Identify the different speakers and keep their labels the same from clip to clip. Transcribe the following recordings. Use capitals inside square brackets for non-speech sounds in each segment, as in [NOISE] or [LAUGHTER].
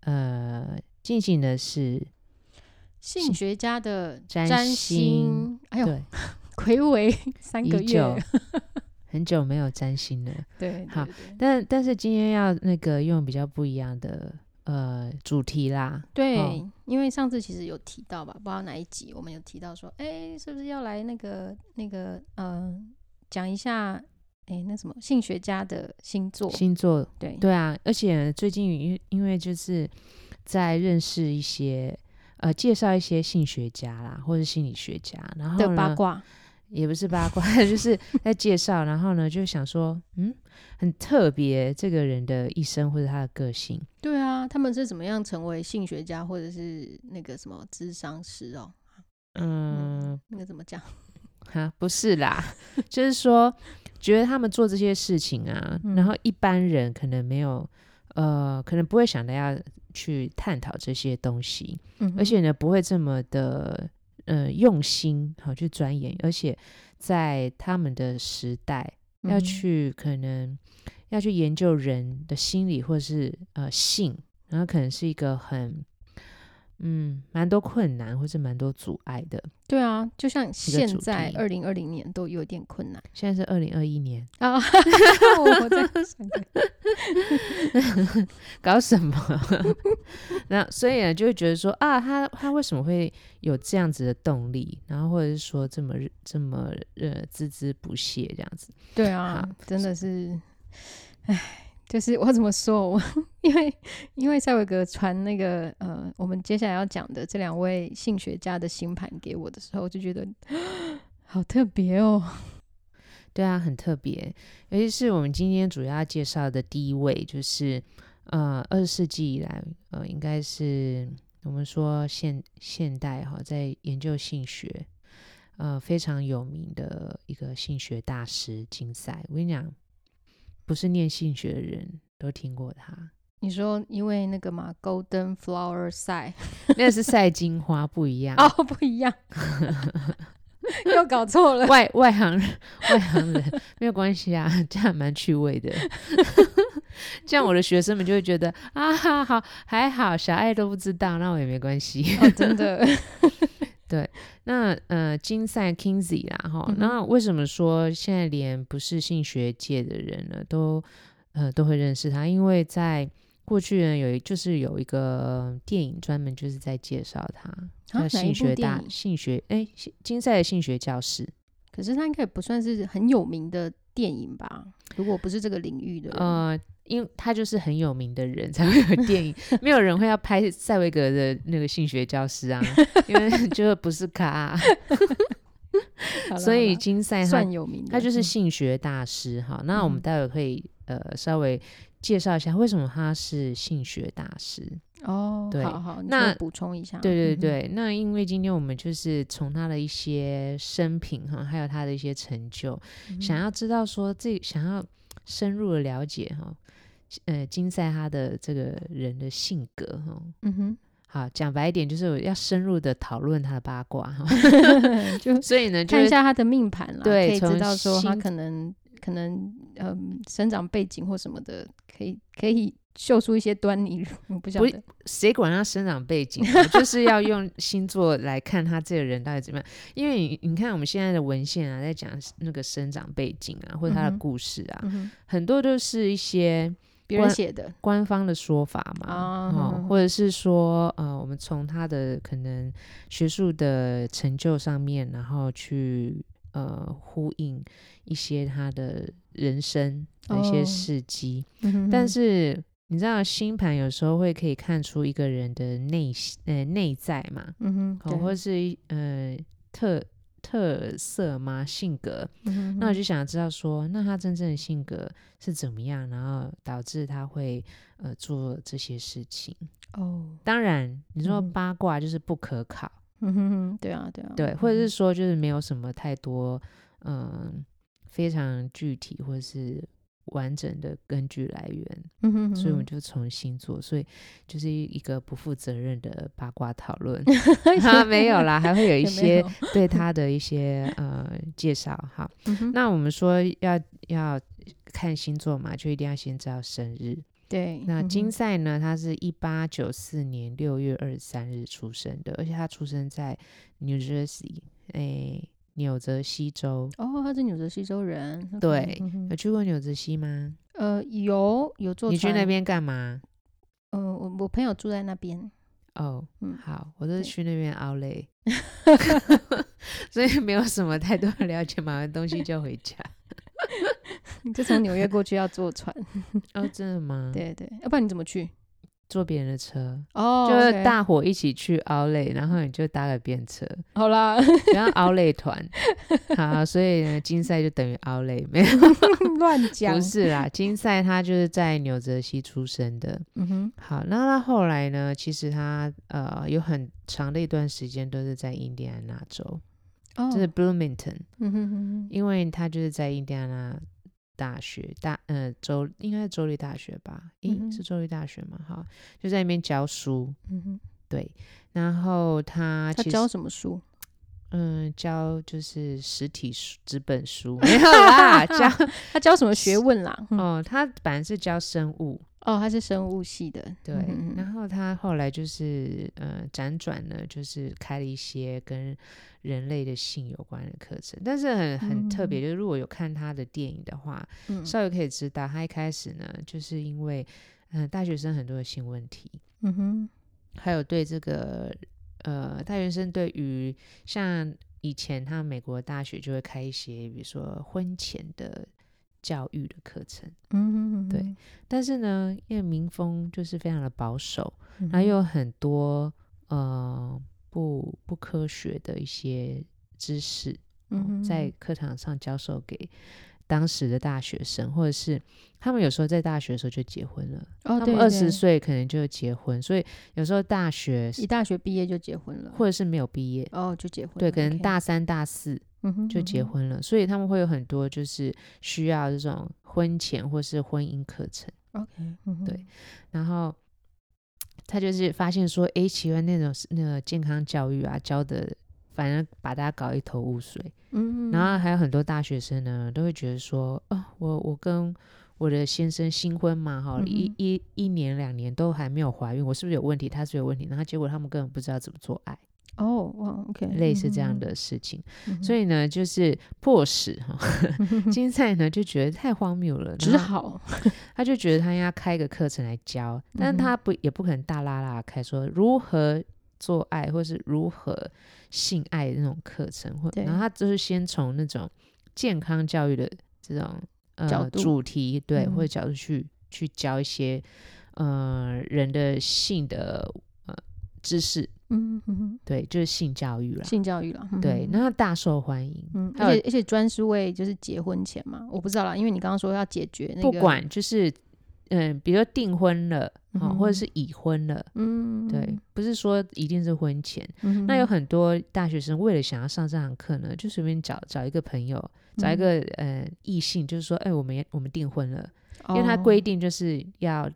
Speaker 1: 呃进行的是
Speaker 2: 性学家的
Speaker 1: 占
Speaker 2: 占
Speaker 1: 星
Speaker 2: 星，哎呦，
Speaker 1: 对
Speaker 2: 暌违三个
Speaker 1: 已久
Speaker 2: 月，
Speaker 1: [LAUGHS] 很久没有占星了，
Speaker 2: [LAUGHS] 对，
Speaker 1: 好
Speaker 2: 对，对
Speaker 1: 但但是今天要那个用比较不一样的呃主题啦，
Speaker 2: 对，
Speaker 1: 哦
Speaker 2: 因为上次其实有提到吧，不知道哪一集我们有提到说，哎、是不是要来那个那个呃，讲一下哎、那什么性学家的星座？
Speaker 1: 星座
Speaker 2: 对
Speaker 1: 对啊，而且最近因因为就是在认识一些呃介绍一些性学家啦，或是心理学家，然后
Speaker 2: 的
Speaker 1: 呢
Speaker 2: 八卦，
Speaker 1: 也不是八卦， [LAUGHS] 就是在介绍，然后呢就想说，嗯，很特别这个人的一生或者他的个性，
Speaker 2: 对啊，他们是怎么样成为性学家或者是那个什么智商师哦？
Speaker 1: 嗯，
Speaker 2: 那个怎么讲？
Speaker 1: 哈，不是啦， [LAUGHS] 就是说觉得他们做这些事情啊，
Speaker 2: 嗯
Speaker 1: 然后一般人可能没有，呃，可能不会想到要去探讨这些东西，
Speaker 2: 嗯哼
Speaker 1: 而且呢不会这么的。呃，用心好去钻研，而且在他们的时代，要
Speaker 2: 嗯
Speaker 1: 去可能要去研究人的心理或是呃性，然后可能是一个很嗯蛮多困难或是蛮多阻碍的。
Speaker 2: 对啊，就像现
Speaker 1: 主
Speaker 2: 在
Speaker 1: 题
Speaker 2: 二零二零年都有点困难
Speaker 1: 现在是二零二一年，
Speaker 2: [LAUGHS] 啊。我在想
Speaker 1: 搞什么？ [LAUGHS] 那所以呢，就会觉得说啊，他他为什么会有这样子的动力，然后或者是说这么这么呃孜孜不懈这样子？
Speaker 2: 对啊
Speaker 1: 好，
Speaker 2: 真的是，唉，就是我怎么说，我因为因为塞维格传那个呃，我们接下来要讲的这两位性学家的星盘给我的时候，我就觉得好特别哦。
Speaker 1: 对啊，很特别。尤其是我们今天主要要介绍的第一位，就是呃，二十世纪以来，呃，应该是我们说现现代哈，在研究性学，呃，非常有名的一个性学大师竞赛。我跟你讲，不是念性学的人都听过他，
Speaker 2: 你说因为那个嘛，Golden Flower 赛
Speaker 1: [LAUGHS] 那是赛金花不一
Speaker 2: [LAUGHS]
Speaker 1: 样。
Speaker 2: 哦，不一样，又搞错 [LAUGHS] 了。
Speaker 1: 外外行人， [LAUGHS] 外行人 [LAUGHS] 没有关系啊，这样蛮趣味的。 [LAUGHS] 这样我的学生们就会觉得 [LAUGHS] 啊，好还好，小爱都不知道，那我也没关系。 [LAUGHS]
Speaker 2: 哦，真 [LAUGHS] 的，
Speaker 1: 那呃，金赛 Kinsey 啦，哈、
Speaker 2: 嗯哼
Speaker 1: 那为什么说现在连不是性学界的人呢，都呃都会认识他？因为在过去呢，有一就是有一个电影专门就是在介绍他，叫
Speaker 2: 啊哪一
Speaker 1: 性
Speaker 2: 部
Speaker 1: 学
Speaker 2: 电
Speaker 1: 大
Speaker 2: 影
Speaker 1: 性学哎、金赛的性学教室。
Speaker 2: 可是他应该也不算是很有名的电影吧？如果不是这个领域的人，
Speaker 1: 呃，因为他就是很有名的人 [LAUGHS] 才会有电影，没有人会要拍塞维格的那个性学教师啊，因为 [LAUGHS] 就不是咖啊、
Speaker 2: 好啦
Speaker 1: [LAUGHS] 所以
Speaker 2: 好
Speaker 1: 金赛
Speaker 2: 啦
Speaker 1: 他
Speaker 2: 算有名的，
Speaker 1: 他就是
Speaker 2: 嗯
Speaker 1: 性学大师哈。那我们
Speaker 2: 嗯
Speaker 1: 待会可以呃稍微介绍一下为什么他是性学大师。
Speaker 2: 哦，
Speaker 1: 对
Speaker 2: 好好，你
Speaker 1: 那
Speaker 2: 再补充一下。
Speaker 1: 对对
Speaker 2: 嗯哼，
Speaker 1: 对，那因为今天我们就是从他的一些生平哈，还有他的一些成就，
Speaker 2: 嗯哼
Speaker 1: 想要知道说这想要深入的了解哈，呃，金赛他的这个人的性格哈。
Speaker 2: 嗯
Speaker 1: 好，讲白一点，就是我要深入的讨论他的八
Speaker 2: [LAUGHS]
Speaker 1: 卦哈。
Speaker 2: 嗯
Speaker 1: [LAUGHS]
Speaker 2: 哼，就
Speaker 1: 所以呢，就
Speaker 2: 看一
Speaker 1: 是
Speaker 2: 下他的命盘啦，
Speaker 1: 对
Speaker 2: 可以
Speaker 1: 从
Speaker 2: 知道说他
Speaker 1: 星
Speaker 2: 可能可能嗯生长背景或什么的，可以可以秀出一些端倪， [LAUGHS] 我不晓
Speaker 1: 不
Speaker 2: 得。
Speaker 1: 谁管他生长背景啊，就是要用星座来看他这个人到底怎么样。因为你你看我们现在的文献啊，在讲那个生长背景啊，或者他
Speaker 2: 嗯
Speaker 1: 的
Speaker 2: 哼
Speaker 1: 故事啊，
Speaker 2: 嗯哼，
Speaker 1: 很多都是一些
Speaker 2: 别人
Speaker 1: 关
Speaker 2: 写的，
Speaker 1: 官方的说法嘛，
Speaker 2: 啊
Speaker 1: 哦，或者是说，呃，我们从他的可能学术的成就上面，然后去呃呼应一些他的人生的一些
Speaker 2: 哦
Speaker 1: 事迹，
Speaker 2: 嗯哼
Speaker 1: 但
Speaker 2: 哼
Speaker 1: 是。你知道星盘有时候会可以看出一个人的内呃内在嘛，
Speaker 2: 嗯哼，
Speaker 1: 哦，
Speaker 2: 对
Speaker 1: 或是一呃特特色吗？性格？
Speaker 2: 嗯哼
Speaker 1: 那我就想知道说，那他真正的性格是怎么样，然后导致他会呃做这些事情。
Speaker 2: 哦，
Speaker 1: 当然，你说
Speaker 2: 嗯
Speaker 1: 八卦就是不可考，
Speaker 2: 嗯哼哼，对啊，对啊，
Speaker 1: 对，或者是说就是没有什么太多嗯、非常具体或是完整的根据来源，
Speaker 2: 嗯哼哼，
Speaker 1: 所以我们就从星座，所以就是一个不负责任的八卦讨论，
Speaker 2: [LAUGHS]
Speaker 1: [LAUGHS] 啊、没有啦，还会有一
Speaker 2: 也没
Speaker 1: 些
Speaker 2: 有，
Speaker 1: 对他的一些呃介绍哈。
Speaker 2: 嗯哼
Speaker 1: 那我们说要要看星座嘛，就一定要先知道生日。
Speaker 2: 对，
Speaker 1: 那
Speaker 2: 嗯
Speaker 1: 金
Speaker 2: 哼
Speaker 1: 赛呢，他是一八九四年六月二十三日出生的，而且他出生在 New Jersey，哎、纽泽西州。
Speaker 2: 哦，他是纽泽西州人，OK，
Speaker 1: 对
Speaker 2: 嗯哼
Speaker 1: 有去过纽泽西吗？
Speaker 2: 呃，有有坐
Speaker 1: 你去
Speaker 2: 船
Speaker 1: 那？边干嘛？
Speaker 2: 呃，我我朋友住在那边，
Speaker 1: 哦、
Speaker 2: 嗯
Speaker 1: 好，我都是
Speaker 2: 对 [LAUGHS]
Speaker 1: 去那边熬累，所以没有什么太多的了解，买完东西就回家。
Speaker 2: 你就从纽约过去要坐船，
Speaker 1: 哦，真的吗？，
Speaker 2: 对对，要不然你怎么去？
Speaker 1: 坐别人的车，
Speaker 2: 哦，
Speaker 1: 就是
Speaker 2: OK，
Speaker 1: 大伙一起去熬累，然后你就搭了便车，
Speaker 2: 好
Speaker 1: [LAUGHS]
Speaker 2: 啦， [LAUGHS]
Speaker 1: 然后熬累团。好，所以呢，竞赛就等于熬累，没有。
Speaker 2: 乱讲
Speaker 1: 不，是啦，金赛他就是在纽泽西出生的。
Speaker 2: 嗯哼，
Speaker 1: 好，那他后来呢？其实他呃有很长的一段时间都是在印第安纳州，
Speaker 2: 哦，
Speaker 1: 就是 Bloomington，
Speaker 2: 嗯哼哼哼，
Speaker 1: 因为他就是在印第安纳大学大呃州，应该是州立大学吧？咦、
Speaker 2: 嗯哼
Speaker 1: 是州立大学嘛？哈，就在那边教书。
Speaker 2: 嗯哼，
Speaker 1: 对，然后他
Speaker 2: 他
Speaker 1: 其实
Speaker 2: 教什么书？
Speaker 1: 嗯教就是实体书纸
Speaker 2: [LAUGHS]
Speaker 1: 本书没有啦，教
Speaker 2: 他教什么学问啦？嗯
Speaker 1: 哦他本来是教生物，
Speaker 2: 哦，他是生物系的，
Speaker 1: 对，
Speaker 2: 嗯哼
Speaker 1: 然后他后来就是呃辗转呢，就是开了一些跟人类的性有关的课程，但是很很特别，就是如果有看他的电影的话，
Speaker 2: 嗯
Speaker 1: 稍微可以知道他一开始呢，就是因为嗯、呃大学生很多的性问题，
Speaker 2: 嗯哼，
Speaker 1: 还有对这个呃大学生对于像以前他美国大学就会开一些，比如说婚前的教育的课程，
Speaker 2: 嗯哼哼，
Speaker 1: 对但是呢，因为民风就是非常的保守。
Speaker 2: 嗯哼，
Speaker 1: 还有很多呃不不科学的一些知识、哦
Speaker 2: 嗯哼
Speaker 1: 在课堂上教授给当时的大学生，或者是他们有时候在大学的时候就结婚了，
Speaker 2: 哦，
Speaker 1: 他
Speaker 2: 对
Speaker 1: 们二十
Speaker 2: 对
Speaker 1: 岁可能就结婚，所以有时候大学
Speaker 2: 一大学毕业就结婚了，
Speaker 1: 或者是没有毕业。
Speaker 2: 哦就结婚了，
Speaker 1: 对，可能
Speaker 2: OK
Speaker 1: 大三、大四
Speaker 2: 嗯哼
Speaker 1: 就结
Speaker 2: 嗯哼
Speaker 1: 婚了，所以他们会有很多就是需要这种婚前或是婚姻课程。
Speaker 2: ，OK，嗯哼
Speaker 1: 对，然后他就是发现说，诶，奇怪，那种那个健康教育啊，教的反正把大家搞一头雾水。
Speaker 2: 嗯，
Speaker 1: 然后还有很多大学生呢，都会觉得说，哦，我我跟我的先生新婚嘛，哈、一
Speaker 2: 嗯哼
Speaker 1: 一一年两年都还没有怀孕，我是不是有问题？他是不是有问题，然后结果他们根本不知道怎么做爱，
Speaker 2: 哦哇，OK，
Speaker 1: 类似这
Speaker 2: 嗯
Speaker 1: 样的事情。所以呢，就是迫使
Speaker 2: [LAUGHS]
Speaker 1: 哈，金赛呢就觉得太荒谬了，
Speaker 2: 只
Speaker 1: 然后
Speaker 2: 好，
Speaker 1: 他就觉得他应该开一个课程来教，但是
Speaker 2: 嗯哼
Speaker 1: 他不也不可能大拉拉开说如何做爱或是如何性爱的那种课程，或
Speaker 2: 对
Speaker 1: 然后他就是先从那种健康教育的这种呃
Speaker 2: 角度
Speaker 1: 主题对、
Speaker 2: 嗯哼
Speaker 1: 或者角度去去教一些呃人的性的呃知识，
Speaker 2: 嗯嗯
Speaker 1: 对，就是性教育啦
Speaker 2: 哼，，性教育了，嗯
Speaker 1: 对，
Speaker 2: 哼
Speaker 1: 那他大受欢迎，
Speaker 2: 嗯，
Speaker 1: 还
Speaker 2: 而
Speaker 1: 有
Speaker 2: 且而且专是为就是结婚前嘛，我不知道啦，因为你刚刚说要解决那个，
Speaker 1: 不，管就是嗯、比如说订婚了，好、或
Speaker 2: 嗯
Speaker 1: 者
Speaker 2: 哼
Speaker 1: 是已婚了。
Speaker 2: 嗯，
Speaker 1: 对，不是说一定是婚前。
Speaker 2: 嗯哼，
Speaker 1: 那有很多大学生为了想要上这堂课呢，就随便找找一个朋友，找
Speaker 2: 嗯
Speaker 1: 一个、呃异性，就是说，哎、我们也我们订婚了，因为他
Speaker 2: 哦
Speaker 1: 规定就是要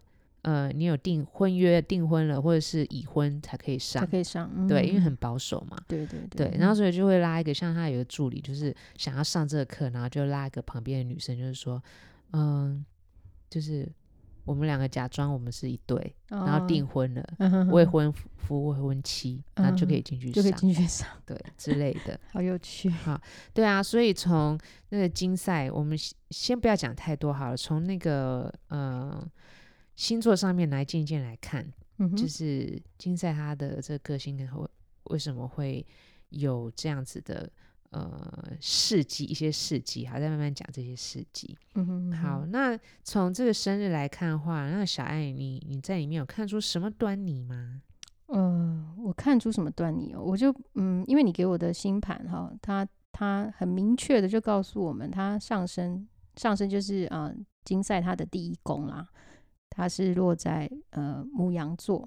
Speaker 1: 呃，你有订婚约、订婚了，或者是已婚才可以上
Speaker 2: 才。可以上，嗯
Speaker 1: 对，因为很保守嘛。
Speaker 2: 对对
Speaker 1: 对，然后所以就会拉一个，像他有个助理，就是想要上这个课，然后就拉一个旁边的女生，就是说，嗯，就是我们两个假装我们是一对，然后订，婚了，
Speaker 2: 哦嗯哼哼
Speaker 1: 未婚夫夫、未婚妻，那就可以进去
Speaker 2: 就可以
Speaker 1: 上，
Speaker 2: 进去上，
Speaker 1: 对之类的。
Speaker 2: 好有趣，
Speaker 1: 对啊，所以从那个竞赛，我们先先不要讲太多好了，从那个呃星座上面来渐渐来看，
Speaker 2: 嗯哼，
Speaker 1: 就是竞赛他的这个个性跟会为什么会有这样子的。呃，事迹一些事迹，好，再慢慢讲这些事迹。
Speaker 2: 嗯哼，嗯
Speaker 1: 好，
Speaker 2: 哼，
Speaker 1: 那从这个生日来看的话，那小爱你你在里面有看出什么端倪吗？
Speaker 2: 呃，我看出什么端倪哦，我就嗯，因为你给我的星盘哈，它他很明确的就告诉我们，他上升上升就是呃金赛他的第一宫啦，它是落在呃母羊座。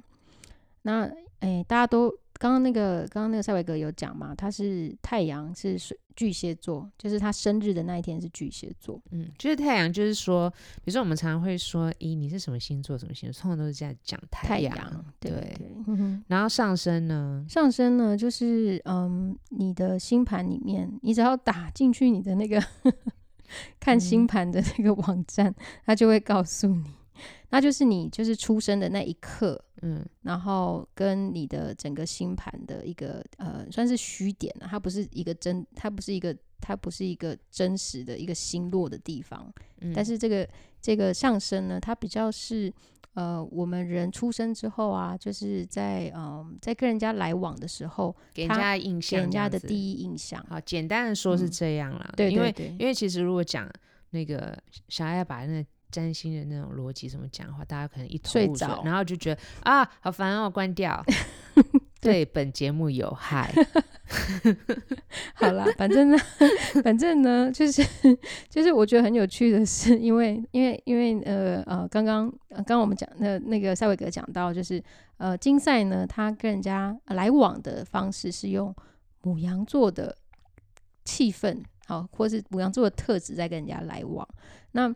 Speaker 2: 那诶，大家都刚刚那个刚刚那个塞维格有讲嘛，他是太阳是水巨蟹座，就是他生日的那一天是巨蟹座。
Speaker 1: 嗯，就是太阳，就是说，比如说我们常常会说，咦，你是什么星座？什么星座？通常都是这样讲
Speaker 2: 太
Speaker 1: 阳。
Speaker 2: 对
Speaker 1: 对
Speaker 2: 对，嗯哼
Speaker 1: 然后上升呢，
Speaker 2: 上升呢，就是嗯，你的星盘里面，你只要打进去你的那个看星盘的那个网站，它就会告诉你，那就是你就是出生的那一刻，
Speaker 1: 嗯，
Speaker 2: 然后跟你的整个星盘的一个呃，算是虚点啊，它不是一个真，它不是一个，它不是一个真实的一个星落的地方，
Speaker 1: 嗯
Speaker 2: 但是这个这个上升呢，它比较是呃，我们人出生之后啊，就是在嗯、在跟人家来往的时候，
Speaker 1: 给人
Speaker 2: 他
Speaker 1: 家印
Speaker 2: 给
Speaker 1: 象，
Speaker 2: 人家的
Speaker 1: 一，
Speaker 2: 第一印象，
Speaker 1: 好，简单的说是
Speaker 2: 嗯
Speaker 1: 这样啦。
Speaker 2: 对
Speaker 1: 因
Speaker 2: 对
Speaker 1: 为
Speaker 2: 对，
Speaker 1: 因为其实如果讲那个小爱把那占星的那种逻辑怎么讲的话，大家可能一头
Speaker 2: 睡
Speaker 1: 雾水
Speaker 2: 着，
Speaker 1: 然后就觉得啊，好烦哦，
Speaker 2: [LAUGHS]
Speaker 1: 关掉。对本节目有害，
Speaker 2: 好啦，反正呢， [LAUGHS] 反正呢，就是就是我觉得很有趣的是，因为因为因为呃呃，刚刚呃刚刚我们讲那那个塞维格讲到，就是呃金赛呢，他跟人家呃来往的方式是用母羊座的气氛，好，或是母羊座的特质在跟人家来往。那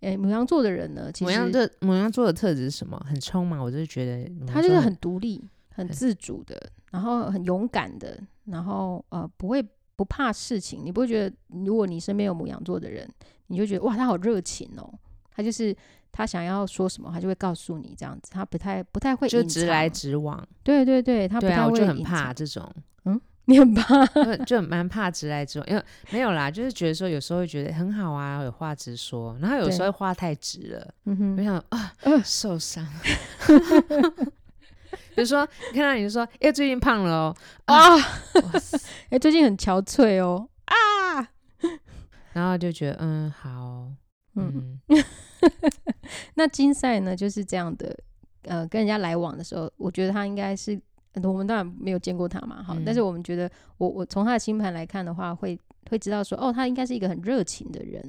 Speaker 2: 诶，母羊座的人 [LAUGHS] 呢，其
Speaker 1: 母羊
Speaker 2: 实
Speaker 1: 座母羊座的特质是什么？很冲嘛，我就是觉得母羊
Speaker 2: 他就是
Speaker 1: 座
Speaker 2: 很独立、很自主的，然后很勇敢的，然后呃不会不怕事情。你不会觉得，如果你身边有母羊座的人，你就觉得哇，他好热情哦。他就是他想要说什么，他就会告诉你这样子。他不太不太会
Speaker 1: 就
Speaker 2: 隐
Speaker 1: 直来
Speaker 2: 藏，
Speaker 1: 直往。
Speaker 2: 对对对，他不
Speaker 1: 对
Speaker 2: 太
Speaker 1: 啊，
Speaker 2: 会、
Speaker 1: 我就很怕，
Speaker 2: [LAUGHS]
Speaker 1: 这种。
Speaker 2: 你很怕，
Speaker 1: 就就蛮怕直来直往，因为没有啦，就是觉得说有时候会觉得很好啊，有话直说，然后有时候话太直了，
Speaker 2: 嗯
Speaker 1: 我
Speaker 2: 哼，
Speaker 1: 想啊、
Speaker 2: 呃
Speaker 1: 受伤。 [LAUGHS] 比如说看到你就说，哎、最近胖了哦，
Speaker 2: [LAUGHS] 啊，
Speaker 1: 哇塞
Speaker 2: [LAUGHS] 哎、最近很憔悴哦，啊，
Speaker 1: 然后就觉得嗯好，
Speaker 2: 嗯。
Speaker 1: 嗯
Speaker 2: 那金赛呢，就是这样的，呃，跟人家来往的时候，我觉得他应该是，呃我们当然没有见过他嘛，哈、
Speaker 1: 嗯
Speaker 2: 但是我们觉得，我我从他的星盘来看的话，会会知道说，哦，他应该是一个很热情的人，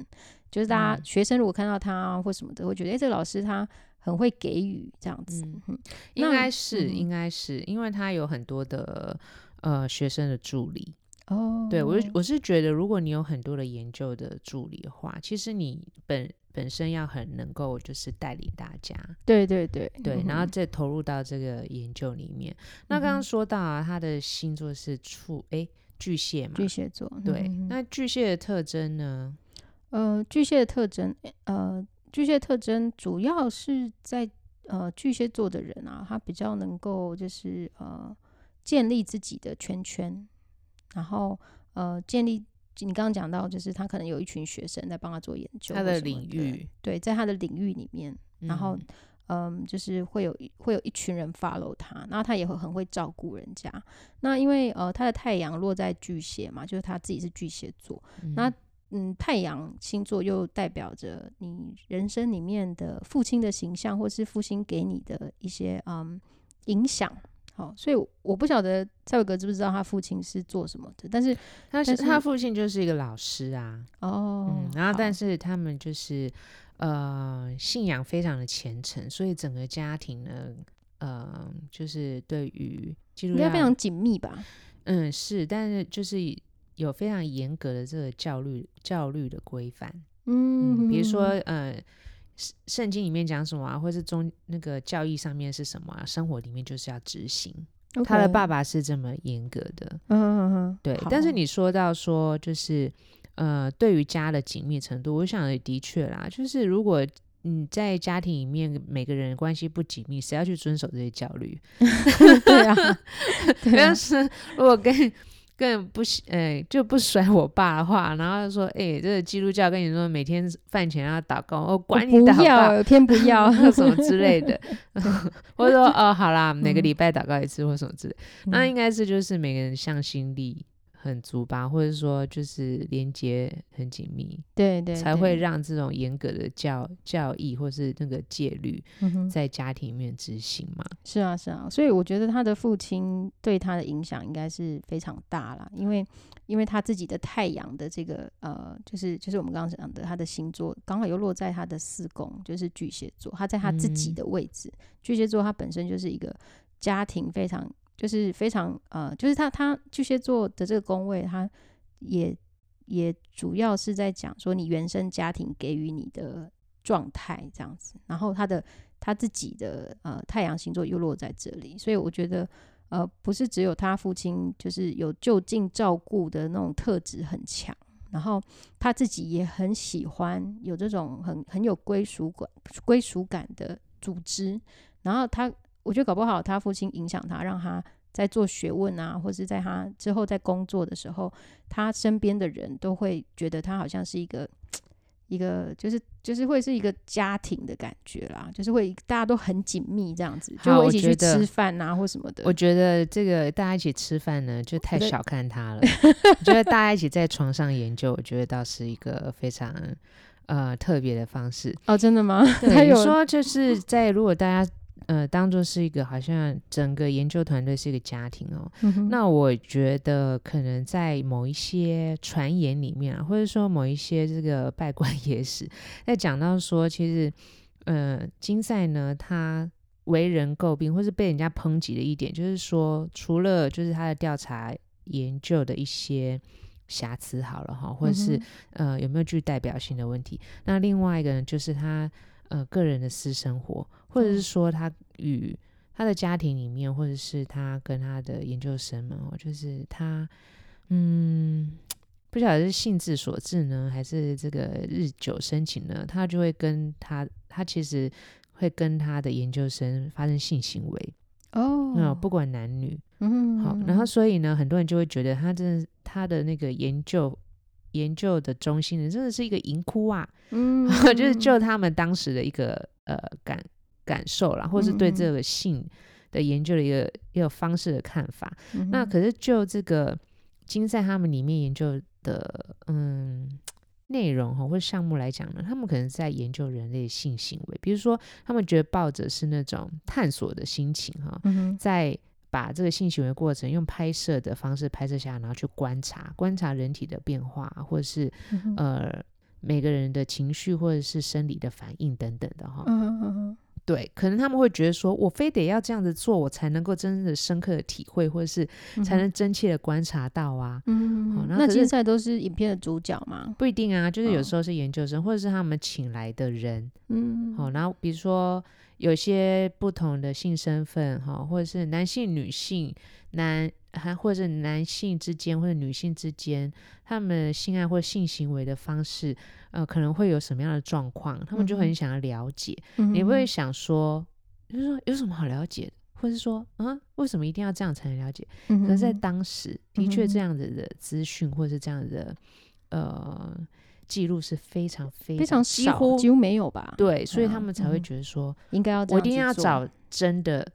Speaker 2: 就是大家、
Speaker 1: 嗯
Speaker 2: 学生如果看到他啊或什么的，会觉得，哎、这个老师他很会给予这样子，
Speaker 1: 嗯
Speaker 2: 嗯，
Speaker 1: 应
Speaker 2: 那
Speaker 1: 该是、
Speaker 2: 嗯
Speaker 1: 应该是，因为他有很多的呃学生的助理，
Speaker 2: 哦，
Speaker 1: 对我是我是觉得，如果你有很多的研究的助理的话，其实你本本身要很能够就是带领大家，
Speaker 2: 对对对
Speaker 1: 对，
Speaker 2: 嗯
Speaker 1: 然后
Speaker 2: 哼
Speaker 1: 再投入到这个研究里面。那刚
Speaker 2: 嗯哼
Speaker 1: 刚说到啊，他的星座是处哎巨蟹嘛，
Speaker 2: 巨蟹座，
Speaker 1: 对。
Speaker 2: 嗯哼哼
Speaker 1: 那巨蟹的特征呢？
Speaker 2: 呃，巨蟹的特征，呃，巨蟹特征主要是在呃巨蟹座的人啊，他比较能够就是呃建立自己的圈圈，然后呃建立你刚刚讲到，就是他可能有一群学生在帮他做研究
Speaker 1: 他
Speaker 2: 或
Speaker 1: 的
Speaker 2: 什么
Speaker 1: 领域，
Speaker 2: 对，在他的领域里面，然后
Speaker 1: 嗯
Speaker 2: 嗯，就是会有一会有一群人 follow 他，然后他也会很会照顾人家。那因为呃他的太阳落在巨蟹嘛，就是他自己是巨蟹座。那
Speaker 1: 嗯
Speaker 2: 嗯，太阳星座又代表着你人生里面的父亲的形象，或是父亲给你的一些嗯影响。好，所以我我不晓得蔡伟格知不知道他父亲是做什么的，但是
Speaker 1: 他是
Speaker 2: 但
Speaker 1: 他
Speaker 2: 是
Speaker 1: 父亲就是一个老师啊，
Speaker 2: 哦
Speaker 1: 嗯，，然后但
Speaker 2: 是
Speaker 1: 是他们就是呃信仰非常的虔诚，所以整个家庭呢，呃，就是对于基督
Speaker 2: 应该
Speaker 1: 教
Speaker 2: 非常紧密吧？
Speaker 1: 嗯是，但是就是有非常严格的这个教律教律的规范。嗯，
Speaker 2: 嗯，
Speaker 1: 比如说呃，圣圣经里面讲什么啊，或是宗那个教义上面是什么啊，生活里面就是要执行。他的爸
Speaker 2: 爸，
Speaker 1: 爸是这么严格的，
Speaker 2: 嗯嗯嗯，
Speaker 1: 对
Speaker 2: 好。
Speaker 1: 但是你 [LAUGHS] 说到说就是呃，对于家的紧密程度，我想也的确啦，就是如果。你在家庭里面，每个人关系不紧密，谁要去遵守这些教律？
Speaker 2: 对啊，对啊 [LAUGHS]
Speaker 1: [LAUGHS] 但，是如果跟跟不喜，呃，就不甩我爸的话，然后说，哎、这个基督教跟你说每天饭前要祷告，我、哦管你
Speaker 2: 我
Speaker 1: 祷
Speaker 2: 不
Speaker 1: 告，
Speaker 2: 要，偏不要，
Speaker 1: 什么之类
Speaker 2: [LAUGHS]
Speaker 1: 的， [LAUGHS] 或者说哦，好啦，每个
Speaker 2: 嗯
Speaker 1: [LAUGHS] 礼拜祷告一次或什么之类，那
Speaker 2: 嗯
Speaker 1: 应该是就是每个人向心力很足吧，或者说就是连接很紧密，
Speaker 2: 对对，
Speaker 1: 才会
Speaker 2: 对
Speaker 1: 让这种严格的教教义或是那个戒律
Speaker 2: 嗯哼
Speaker 1: 在家庭里面执行嘛。
Speaker 2: 是啊，是啊，所以我觉得他的父亲对他的影响应该是非常大啦，因为因为他自己的太阳的这个呃，就是就是我们刚刚讲的他的星座，刚好又落在他的四宫，就是巨蟹座，他在他自己
Speaker 1: 嗯
Speaker 2: 的位置，巨蟹座他本身就是一个家庭非常就是非常呃，就是他他巨蟹座的这个宫位，他也也主要是在讲说你原生家庭给予你的状态这样子，然后他的他自己的呃太阳星座又落在这里，所以我觉得呃不是只有他父亲就是有就近照顾的那种特质很强，然后他自己也很喜欢有这种很很有归属感归属感的组织，然后他我觉得搞不好他父亲影响他，让他在做学问啊，或是在他之后在工作的时候，他身边的人都会觉得他好像是一个一个就是就是会是一个家庭的感觉啦，就是会大家都很紧密这样子，
Speaker 1: 好
Speaker 2: 就会一起
Speaker 1: 我
Speaker 2: 去
Speaker 1: 觉得
Speaker 2: 吃饭啊或什么的。
Speaker 1: 我觉得这个大家一起吃饭呢，就太
Speaker 2: 觉得
Speaker 1: 小看它
Speaker 2: [LAUGHS]
Speaker 1: 了。我觉得大家一起在床上研究，我觉得倒是一个非常呃特别的方式。
Speaker 2: 哦，真的吗？ [LAUGHS] 他
Speaker 1: 对，你
Speaker 2: 有
Speaker 1: 说就是在如果大家呃当做是一个好像整个研究团队是一个家庭哦，
Speaker 2: 嗯哼
Speaker 1: 那我觉得可能在某一些传言里面啊，或者说某一些这个拜官 [LAUGHS] 野史，在讲到说，其实呃金赛呢他。为人诟病或是被人家抨击的一点，就是说，除了就是他的调查研究的一些瑕疵好了哈，或者是
Speaker 2: 嗯哼
Speaker 1: 呃有没有具代表性的问题。那另外一个呢，就是他呃个人的私生活，或者是
Speaker 2: 嗯
Speaker 1: 说他与他的家庭里面，或者是他跟他的研究生们哦，就是他嗯。不晓得是性质所致呢，还是这个日久生情呢？他就会跟他，他其实会跟他的研究生发生性行为，
Speaker 2: 哦，
Speaker 1: 那、不管男女，
Speaker 2: 嗯
Speaker 1: 好，然后所以呢，很多人就会觉得他真的是他的那个研究研究的中心人真的是一个淫窟啊，
Speaker 2: 嗯
Speaker 1: [LAUGHS] 就是就他们当时的一个呃感感受啦，或是
Speaker 2: 嗯
Speaker 1: 对这个性的研究的一个一个方式的看法。那
Speaker 2: 嗯
Speaker 1: 可是就这个金在他们里面研究的嗯。内容哈或者项目来讲呢，他们可能在研究人类性行为，比如说他们觉得抱着是那种探索的心情哈，
Speaker 2: 嗯哼
Speaker 1: 在把这个性行为过程用拍摄的方式拍摄下来，然后去观察观察人体的变化，或者是
Speaker 2: 嗯哼
Speaker 1: 呃每个人的情绪或者是生理的反应等等的哈。
Speaker 2: 嗯哼嗯哼
Speaker 1: 对，可能他们会觉得说，我非得要这样子做，我才能够真的深刻的体会，或者是
Speaker 2: 嗯
Speaker 1: 才
Speaker 2: 哼
Speaker 1: 能真切的观察到啊。
Speaker 2: 嗯
Speaker 1: 好
Speaker 2: 哼，
Speaker 1: 那
Speaker 2: 那
Speaker 1: 可
Speaker 2: 金
Speaker 1: 是
Speaker 2: 赛都是影片的主角嘛？
Speaker 1: 不一定啊，就是有
Speaker 2: 嗯
Speaker 1: 时候是研究生，或者是他们请来的人，
Speaker 2: 嗯，
Speaker 1: 好、然后比如说有些不同的性身份哈、或者是男性、女性、男还或者是男性之间或者女性之间，他们性爱或性行为的方式，呃，可能会有什么样的状况，他们就
Speaker 2: 嗯
Speaker 1: 很
Speaker 2: 哼
Speaker 1: 想要了解。
Speaker 2: 嗯
Speaker 1: 你
Speaker 2: 哼
Speaker 1: 会想说，就是说有什么好了解的，或是说，嗯，为什么一定要这样才能了解？
Speaker 2: 嗯
Speaker 1: 可是，在
Speaker 2: 哼
Speaker 1: 当时的确
Speaker 2: 嗯哼
Speaker 1: 这样子的资讯或是这样子的，呃。记录是非常非
Speaker 2: 非常
Speaker 1: 几
Speaker 2: 少，
Speaker 1: 乎
Speaker 2: 几乎没有吧？，
Speaker 1: 对，所以他
Speaker 2: 嗯
Speaker 1: 们才会
Speaker 2: 嗯
Speaker 1: 觉得说，
Speaker 2: 应该要这
Speaker 1: 我
Speaker 2: 样
Speaker 1: 一定
Speaker 2: 去
Speaker 1: 要
Speaker 2: 做
Speaker 1: 找真的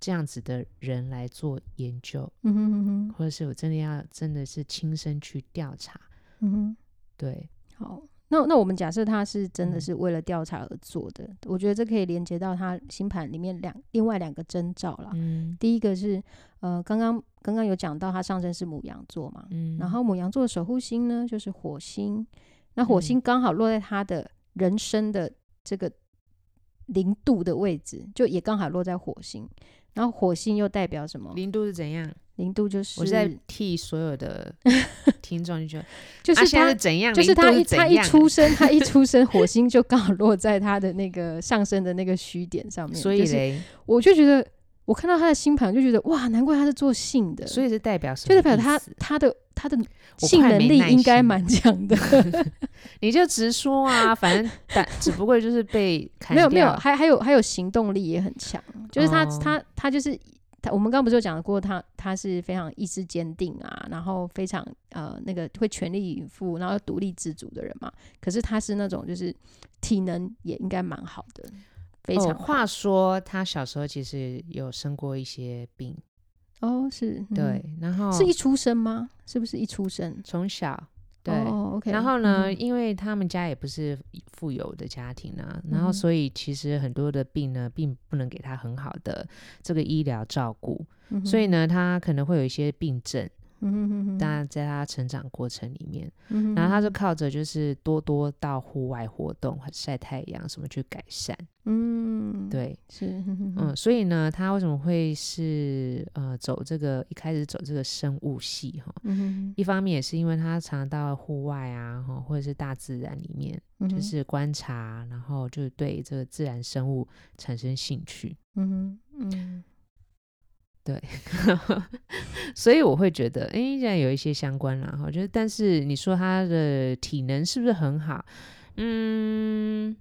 Speaker 1: 这样子的人来做研究，
Speaker 2: 嗯哼嗯哼
Speaker 1: 或者是我真的要真的是亲身去调查。
Speaker 2: 嗯哼，
Speaker 1: 对，
Speaker 2: 好。那那我们假设他是真的
Speaker 1: 嗯
Speaker 2: 是为了调查而做的，我觉得这可以连接到他星盘里面两另外两个征兆啦。
Speaker 1: 嗯
Speaker 2: 第一个是呃，刚刚刚刚有讲到他上升是母羊座嘛，
Speaker 1: 嗯，
Speaker 2: 然后母羊座的守护星呢就是火星，那火
Speaker 1: 嗯
Speaker 2: 星刚好落在他的人生的这个零度的位置，就也刚好落在火星。然后火星又代表什么？
Speaker 1: 零度是怎样？
Speaker 2: 零度就是
Speaker 1: 我是在替所
Speaker 2: [LAUGHS]
Speaker 1: 有的听众就觉得，
Speaker 2: 就
Speaker 1: 啊
Speaker 2: 是
Speaker 1: 现在
Speaker 2: 他
Speaker 1: 是怎样？
Speaker 2: 就是
Speaker 1: 零度
Speaker 2: 他一
Speaker 1: 是
Speaker 2: 他
Speaker 1: 怎
Speaker 2: 一
Speaker 1: 样？
Speaker 2: 出生，
Speaker 1: [LAUGHS]
Speaker 2: 他一出生，火星就刚好落在他的那个上升的那个虚点上面。
Speaker 1: 所以
Speaker 2: 就是
Speaker 1: 嘞，
Speaker 2: 我就觉得，我看到他的星盘，我就觉得哇，难怪他是做性的，
Speaker 1: 所
Speaker 2: 以
Speaker 1: 以是代表什
Speaker 2: 就
Speaker 1: 么意
Speaker 2: 代
Speaker 1: 思？
Speaker 2: 表他他的他的
Speaker 1: 我
Speaker 2: 性
Speaker 1: 快
Speaker 2: 能
Speaker 1: 没
Speaker 2: 力
Speaker 1: 耐
Speaker 2: 应该
Speaker 1: 心
Speaker 2: 蛮强
Speaker 1: [LAUGHS]
Speaker 2: 的。
Speaker 1: 你就直说啊，
Speaker 2: [LAUGHS]
Speaker 1: 反正但只不过就是被砍
Speaker 2: 没有没有，
Speaker 1: 掉
Speaker 2: 还还有还有行动力也很强，就是他、
Speaker 1: 哦
Speaker 2: 他他就是他，我们刚刚不是有讲过他他是非常意志坚定啊，然后非常呃那个会全力以赴，然后独立自主的人嘛。可是他是那种就是体能也应该蛮好的，非常
Speaker 1: 哦
Speaker 2: 好
Speaker 1: 话说，他小时候其实有生过一些病，
Speaker 2: 哦，是，嗯，
Speaker 1: 对，哦然后
Speaker 2: 是一出生吗？是不是一出生？
Speaker 1: 从小对，
Speaker 2: 哦，OK。
Speaker 1: 然后呢，
Speaker 2: 嗯
Speaker 1: 因为他们家也不是富有的家庭啊，
Speaker 2: 嗯
Speaker 1: 然后
Speaker 2: 哼
Speaker 1: 所以其实很多的病呢，并不能给他很好的这个医疗照顾，
Speaker 2: 嗯哼
Speaker 1: 所以呢，他可能会有一些病症，
Speaker 2: 嗯哼嗯哼
Speaker 1: 当然在他成长过程里面，
Speaker 2: 嗯哼
Speaker 1: 然后他就靠着就是多多到户外活动、晒太阳什么去改善，
Speaker 2: 嗯，，
Speaker 1: 对。
Speaker 2: 是，嗯
Speaker 1: 嗯，所以呢，他为什么会是呃走这个一开始走这个生物系哈？
Speaker 2: 嗯
Speaker 1: 一方面也是因为他常到户外啊，哈，或者是大自然里面，
Speaker 2: 哼，
Speaker 1: 就
Speaker 2: 嗯
Speaker 1: 是观察，然后就对这个自然生物产生兴趣。 [LAUGHS]
Speaker 2: 哼嗯哼嗯
Speaker 1: 所以我会觉得，哎、依然有一些相关啦，哈。就是，但是你说他的体能是不是很好？嗯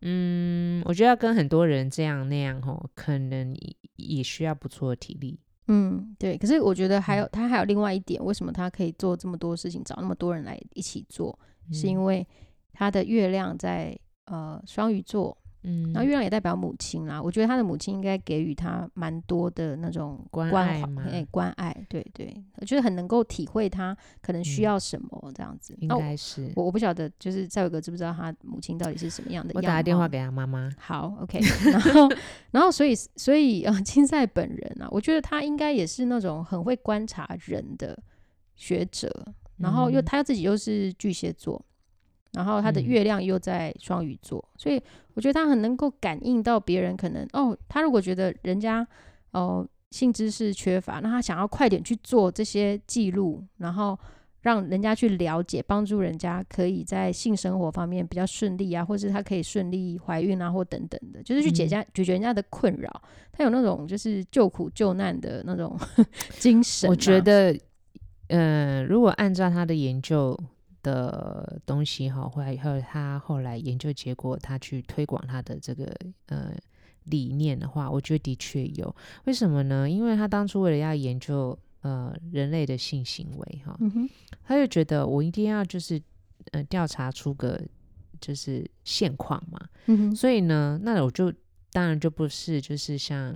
Speaker 1: 嗯，我觉得要跟很多人这样那样，吼，可能也也需要不错的体力。
Speaker 2: 嗯，对。可是我觉得还
Speaker 1: 嗯
Speaker 2: 有他还有另外一点，为什么他可以做这么多事情，找那么多人来一起做，
Speaker 1: 嗯
Speaker 2: 是因为他的月亮在呃双鱼座，
Speaker 1: 嗯，
Speaker 2: 然后月亮也代表母亲啦。我觉得他的母亲应该给予他蛮多的那种
Speaker 1: 关爱
Speaker 2: 关怀
Speaker 1: 吗，
Speaker 2: 哎，关爱，对对，我觉得很能够体会他可能需
Speaker 1: 嗯
Speaker 2: 要什么这样子。
Speaker 1: 应
Speaker 2: 那我
Speaker 1: 该是
Speaker 2: 哦我我不晓得，就是赵伟哥知不知道他母亲到底是什么样的
Speaker 1: 我
Speaker 2: 样
Speaker 1: 打电话
Speaker 2: 貌
Speaker 1: 给他妈妈，
Speaker 2: 好，OK，然 [LAUGHS] 后，然后，所以，所以，呃，金赛本人啊，我觉得他应该也是那种很会观察人的学者，然后又
Speaker 1: 嗯
Speaker 2: 他自己又是巨蟹座，然后他的
Speaker 1: 嗯
Speaker 2: 月亮又在双鱼座，所以我觉得他很能够感应到别人可能哦，他如果觉得人家哦性知识缺乏，那他想要快点去做这些记录，然后让人家去了解，帮助人家可以在性生活方面比较顺利啊，或是他可以顺利怀孕啊，或等等的，就是去解
Speaker 1: 嗯
Speaker 2: 家、解决人家的困扰。他有那种就是救苦救难的那种 [LAUGHS] 精神啊、
Speaker 1: 我觉得，呃，如果按照他的研究的东西哈，或还有他后来研究结果，他去推广他的这个呃理念的话，我觉得的确有。为什么呢？因为他当初为了要研究呃人类的性行为哈，
Speaker 2: 嗯哼，
Speaker 1: 他就觉得我一定要就是呃调查出个就是现况嘛，
Speaker 2: 嗯哼，
Speaker 1: 所以呢，那我就当然就不是就是像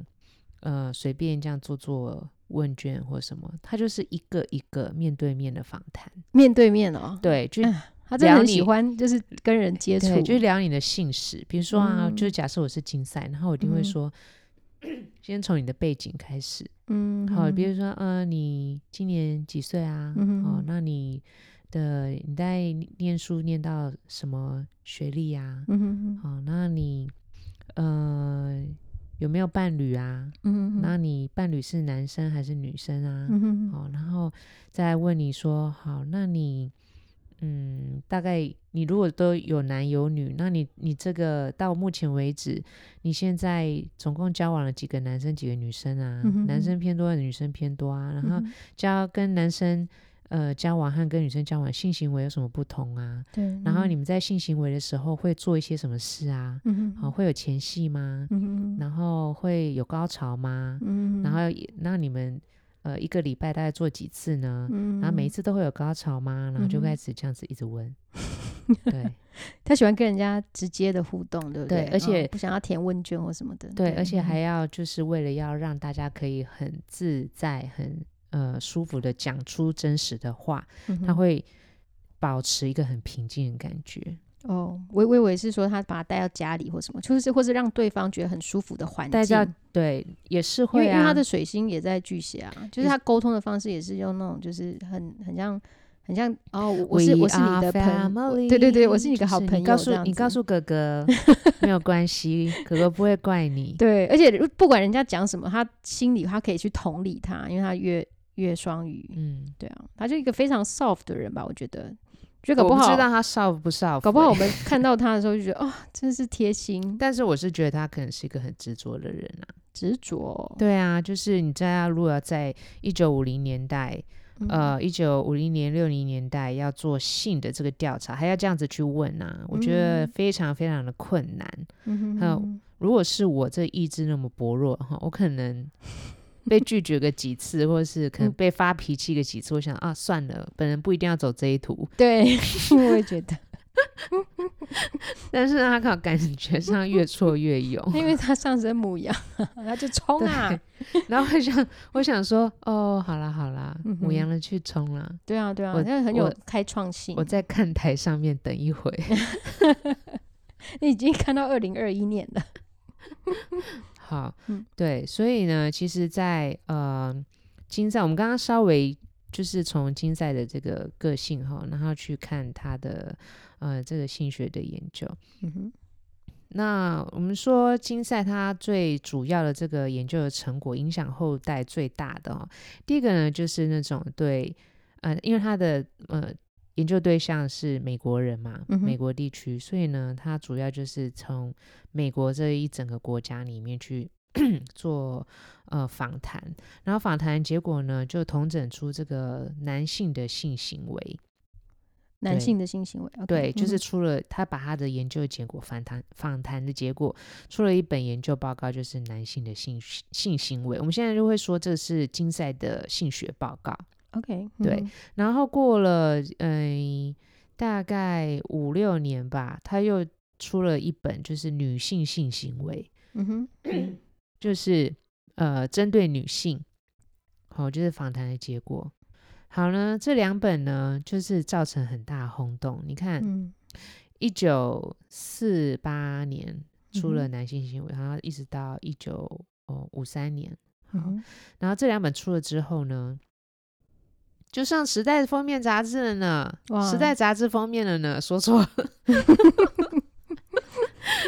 Speaker 1: 呃随便这样做做问卷或什么，它就是一个一个面对面的访谈，
Speaker 2: 面对面哦，
Speaker 1: 对，就、
Speaker 2: 哎他真的
Speaker 1: 聊
Speaker 2: 很喜
Speaker 1: 你
Speaker 2: 欢，就是跟人接触，
Speaker 1: 对，就聊你的姓氏，比如说啊，就
Speaker 2: 嗯
Speaker 1: 假设我是竞赛，然后我一定
Speaker 2: 嗯
Speaker 1: 会说。 [CLEARS THROAT] 先从你的背景开始，
Speaker 2: 嗯，
Speaker 1: 好，比
Speaker 2: 嗯
Speaker 1: 如说，呃，你今年几岁啊？
Speaker 2: 嗯
Speaker 1: 哦
Speaker 2: 哼，
Speaker 1: 那你的你在念书念到什么学历啊？
Speaker 2: 嗯哼
Speaker 1: 好，那你呃有没有伴侣啊？
Speaker 2: 嗯哼
Speaker 1: 那你伴侣是男生还是女生啊？
Speaker 2: 嗯哼
Speaker 1: 好，然后再来问你说，好，那你嗯，大概你如果都有男有女，那你你这个到目前为止，你现在总共交往了几个男生几个女生啊？
Speaker 2: 嗯哼
Speaker 1: 男
Speaker 2: 哼
Speaker 1: 生偏多，女生偏多啊？然后
Speaker 2: 嗯哼
Speaker 1: 交跟男生呃交往和跟女生交往性行为有什么不同啊？
Speaker 2: 对，
Speaker 1: 然后
Speaker 2: 嗯
Speaker 1: 你们在性行为的时候会做一些什么事啊？
Speaker 2: 嗯
Speaker 1: 好、
Speaker 2: 哼
Speaker 1: 会有前戏吗？
Speaker 2: 嗯哼
Speaker 1: 然后会有高潮吗？
Speaker 2: 嗯哼，
Speaker 1: 然后也那你们呃一个礼拜大概做几次呢？
Speaker 2: 嗯，
Speaker 1: 然后每一次都会有高潮吗？然后就
Speaker 2: 嗯哼
Speaker 1: 开始这样子一直
Speaker 2: [LAUGHS]
Speaker 1: 问。对
Speaker 2: 他喜欢跟人家直接的互动，对不
Speaker 1: 对
Speaker 2: 对？
Speaker 1: 而且
Speaker 2: 嗯不想要填问卷或什么的，
Speaker 1: 对，而且
Speaker 2: 嗯
Speaker 1: 还要就是为了要让大家可以很自在、很呃舒服的讲出真实的话，
Speaker 2: 嗯
Speaker 1: 他
Speaker 2: 哼
Speaker 1: 会保持一个很平静的感觉。
Speaker 2: 哦，我我以为是说他把他带到家里或什么，就是或是让对方觉得很舒服的环境，
Speaker 1: 带到对也是
Speaker 2: 因为
Speaker 1: 会
Speaker 2: 因为他
Speaker 1: 啊
Speaker 2: 的，水星也在巨蟹啊，就是
Speaker 1: 也
Speaker 2: 他沟通的方式也是用那种就是很很像很像哦，我我
Speaker 1: We
Speaker 2: 是我是你
Speaker 1: are
Speaker 2: 的朋友，我
Speaker 1: family，
Speaker 2: 对对对，我是你
Speaker 1: 就
Speaker 2: 的好朋友，
Speaker 1: 告
Speaker 2: 这
Speaker 1: 诉
Speaker 2: 样
Speaker 1: 你告
Speaker 2: 子
Speaker 1: 诉 [LAUGHS] 哥哥没有关系，哥哥不会怪你。
Speaker 2: [LAUGHS] 对，而且不管人家讲什么，他心里他可以去同理他，因为他月月双鱼，
Speaker 1: 嗯，
Speaker 2: 对啊，他就一个非常 soft 的人吧，我觉得，就搞
Speaker 1: 我
Speaker 2: 不
Speaker 1: 不
Speaker 2: 好
Speaker 1: 知道他少不少，
Speaker 2: 搞不好我。
Speaker 1: [LAUGHS]
Speaker 2: 们看到他的时候就觉得哦，真是贴心
Speaker 1: 但是我是觉得他可能是一个很执着的人啊。
Speaker 2: 执着，
Speaker 1: 对啊，就是你在他如果要在一九五零年代，
Speaker 2: 嗯，
Speaker 1: 呃，一九五零年、六零年代要做性的这个调查，还要这样子去问啊，我觉得
Speaker 2: 嗯
Speaker 1: 非常非常的困难。
Speaker 2: 嗯
Speaker 1: 还有
Speaker 2: 哼 [LAUGHS]
Speaker 1: 如果是我这意志那么薄弱哈，我可能被拒绝个几次，或是可能
Speaker 2: 嗯
Speaker 1: 被发脾气个几次， [LAUGHS] 我想啊，算了，本人不一定要走这一途。
Speaker 2: 对，我也觉得，
Speaker 1: 但是他靠感觉上越挫
Speaker 2: [LAUGHS]
Speaker 1: 越勇，
Speaker 2: 因为他上身母羊，他就冲啊，
Speaker 1: 然后我想，我想说，哦，好啦好啦，
Speaker 2: 嗯哼
Speaker 1: 母羊的去冲啦，
Speaker 2: 对啊对啊，
Speaker 1: 我
Speaker 2: 那很有
Speaker 1: 我
Speaker 2: 开创性
Speaker 1: 我。在看台上面等一会，
Speaker 2: [LAUGHS] 你已经看到二零二一年了，
Speaker 1: 好，
Speaker 2: 嗯
Speaker 1: 对，所以呢，其实在，呃金赛，我们刚刚稍微就是从金赛的这个个性哈，然后去看他的呃这个性学的研究。
Speaker 2: 嗯哼，
Speaker 1: 那我们说金赛它最主要的这个研究的成果，影响后代最大的哦，第一个呢就是那种对，呃，因为他的呃研究对象是美国人嘛，
Speaker 2: 嗯哼
Speaker 1: 美国地区，所以呢，它主要就是从美国这一整个国家里面去 [CLEARS THROAT] 做呃访谈，然后访谈结果呢就统整出这个男性的性行为，
Speaker 2: 男
Speaker 1: 对
Speaker 2: 性的性行为，OK，
Speaker 1: 对，就
Speaker 2: 嗯
Speaker 1: 是
Speaker 2: 哼
Speaker 1: 出了他把他的研究结果访谈访谈的结果出了一本研究报告，就是男性的性性行为。我们现在就会说这是竞赛的性学报告。
Speaker 2: OK，嗯
Speaker 1: 对
Speaker 2: 哼，
Speaker 1: 然后过了嗯、大概五六年吧，他又出了一本就是女性性行为，
Speaker 2: 嗯哼，
Speaker 1: [COUGHS] 就是呃针对女性，好、就是访谈的结果。好呢，这两本呢就是造成很大的轰动。你看，
Speaker 2: 嗯
Speaker 1: 一九四八年出
Speaker 2: 嗯
Speaker 1: 了
Speaker 2: 哼
Speaker 1: 男性行为，然后一直到一九哦五三年，
Speaker 2: 嗯哼，
Speaker 1: 然后这两本出了之后呢，就上《时代》封面杂志了呢，《时
Speaker 2: 哇
Speaker 1: 代》杂志封面了呢，
Speaker 2: [LAUGHS]
Speaker 1: 说错了，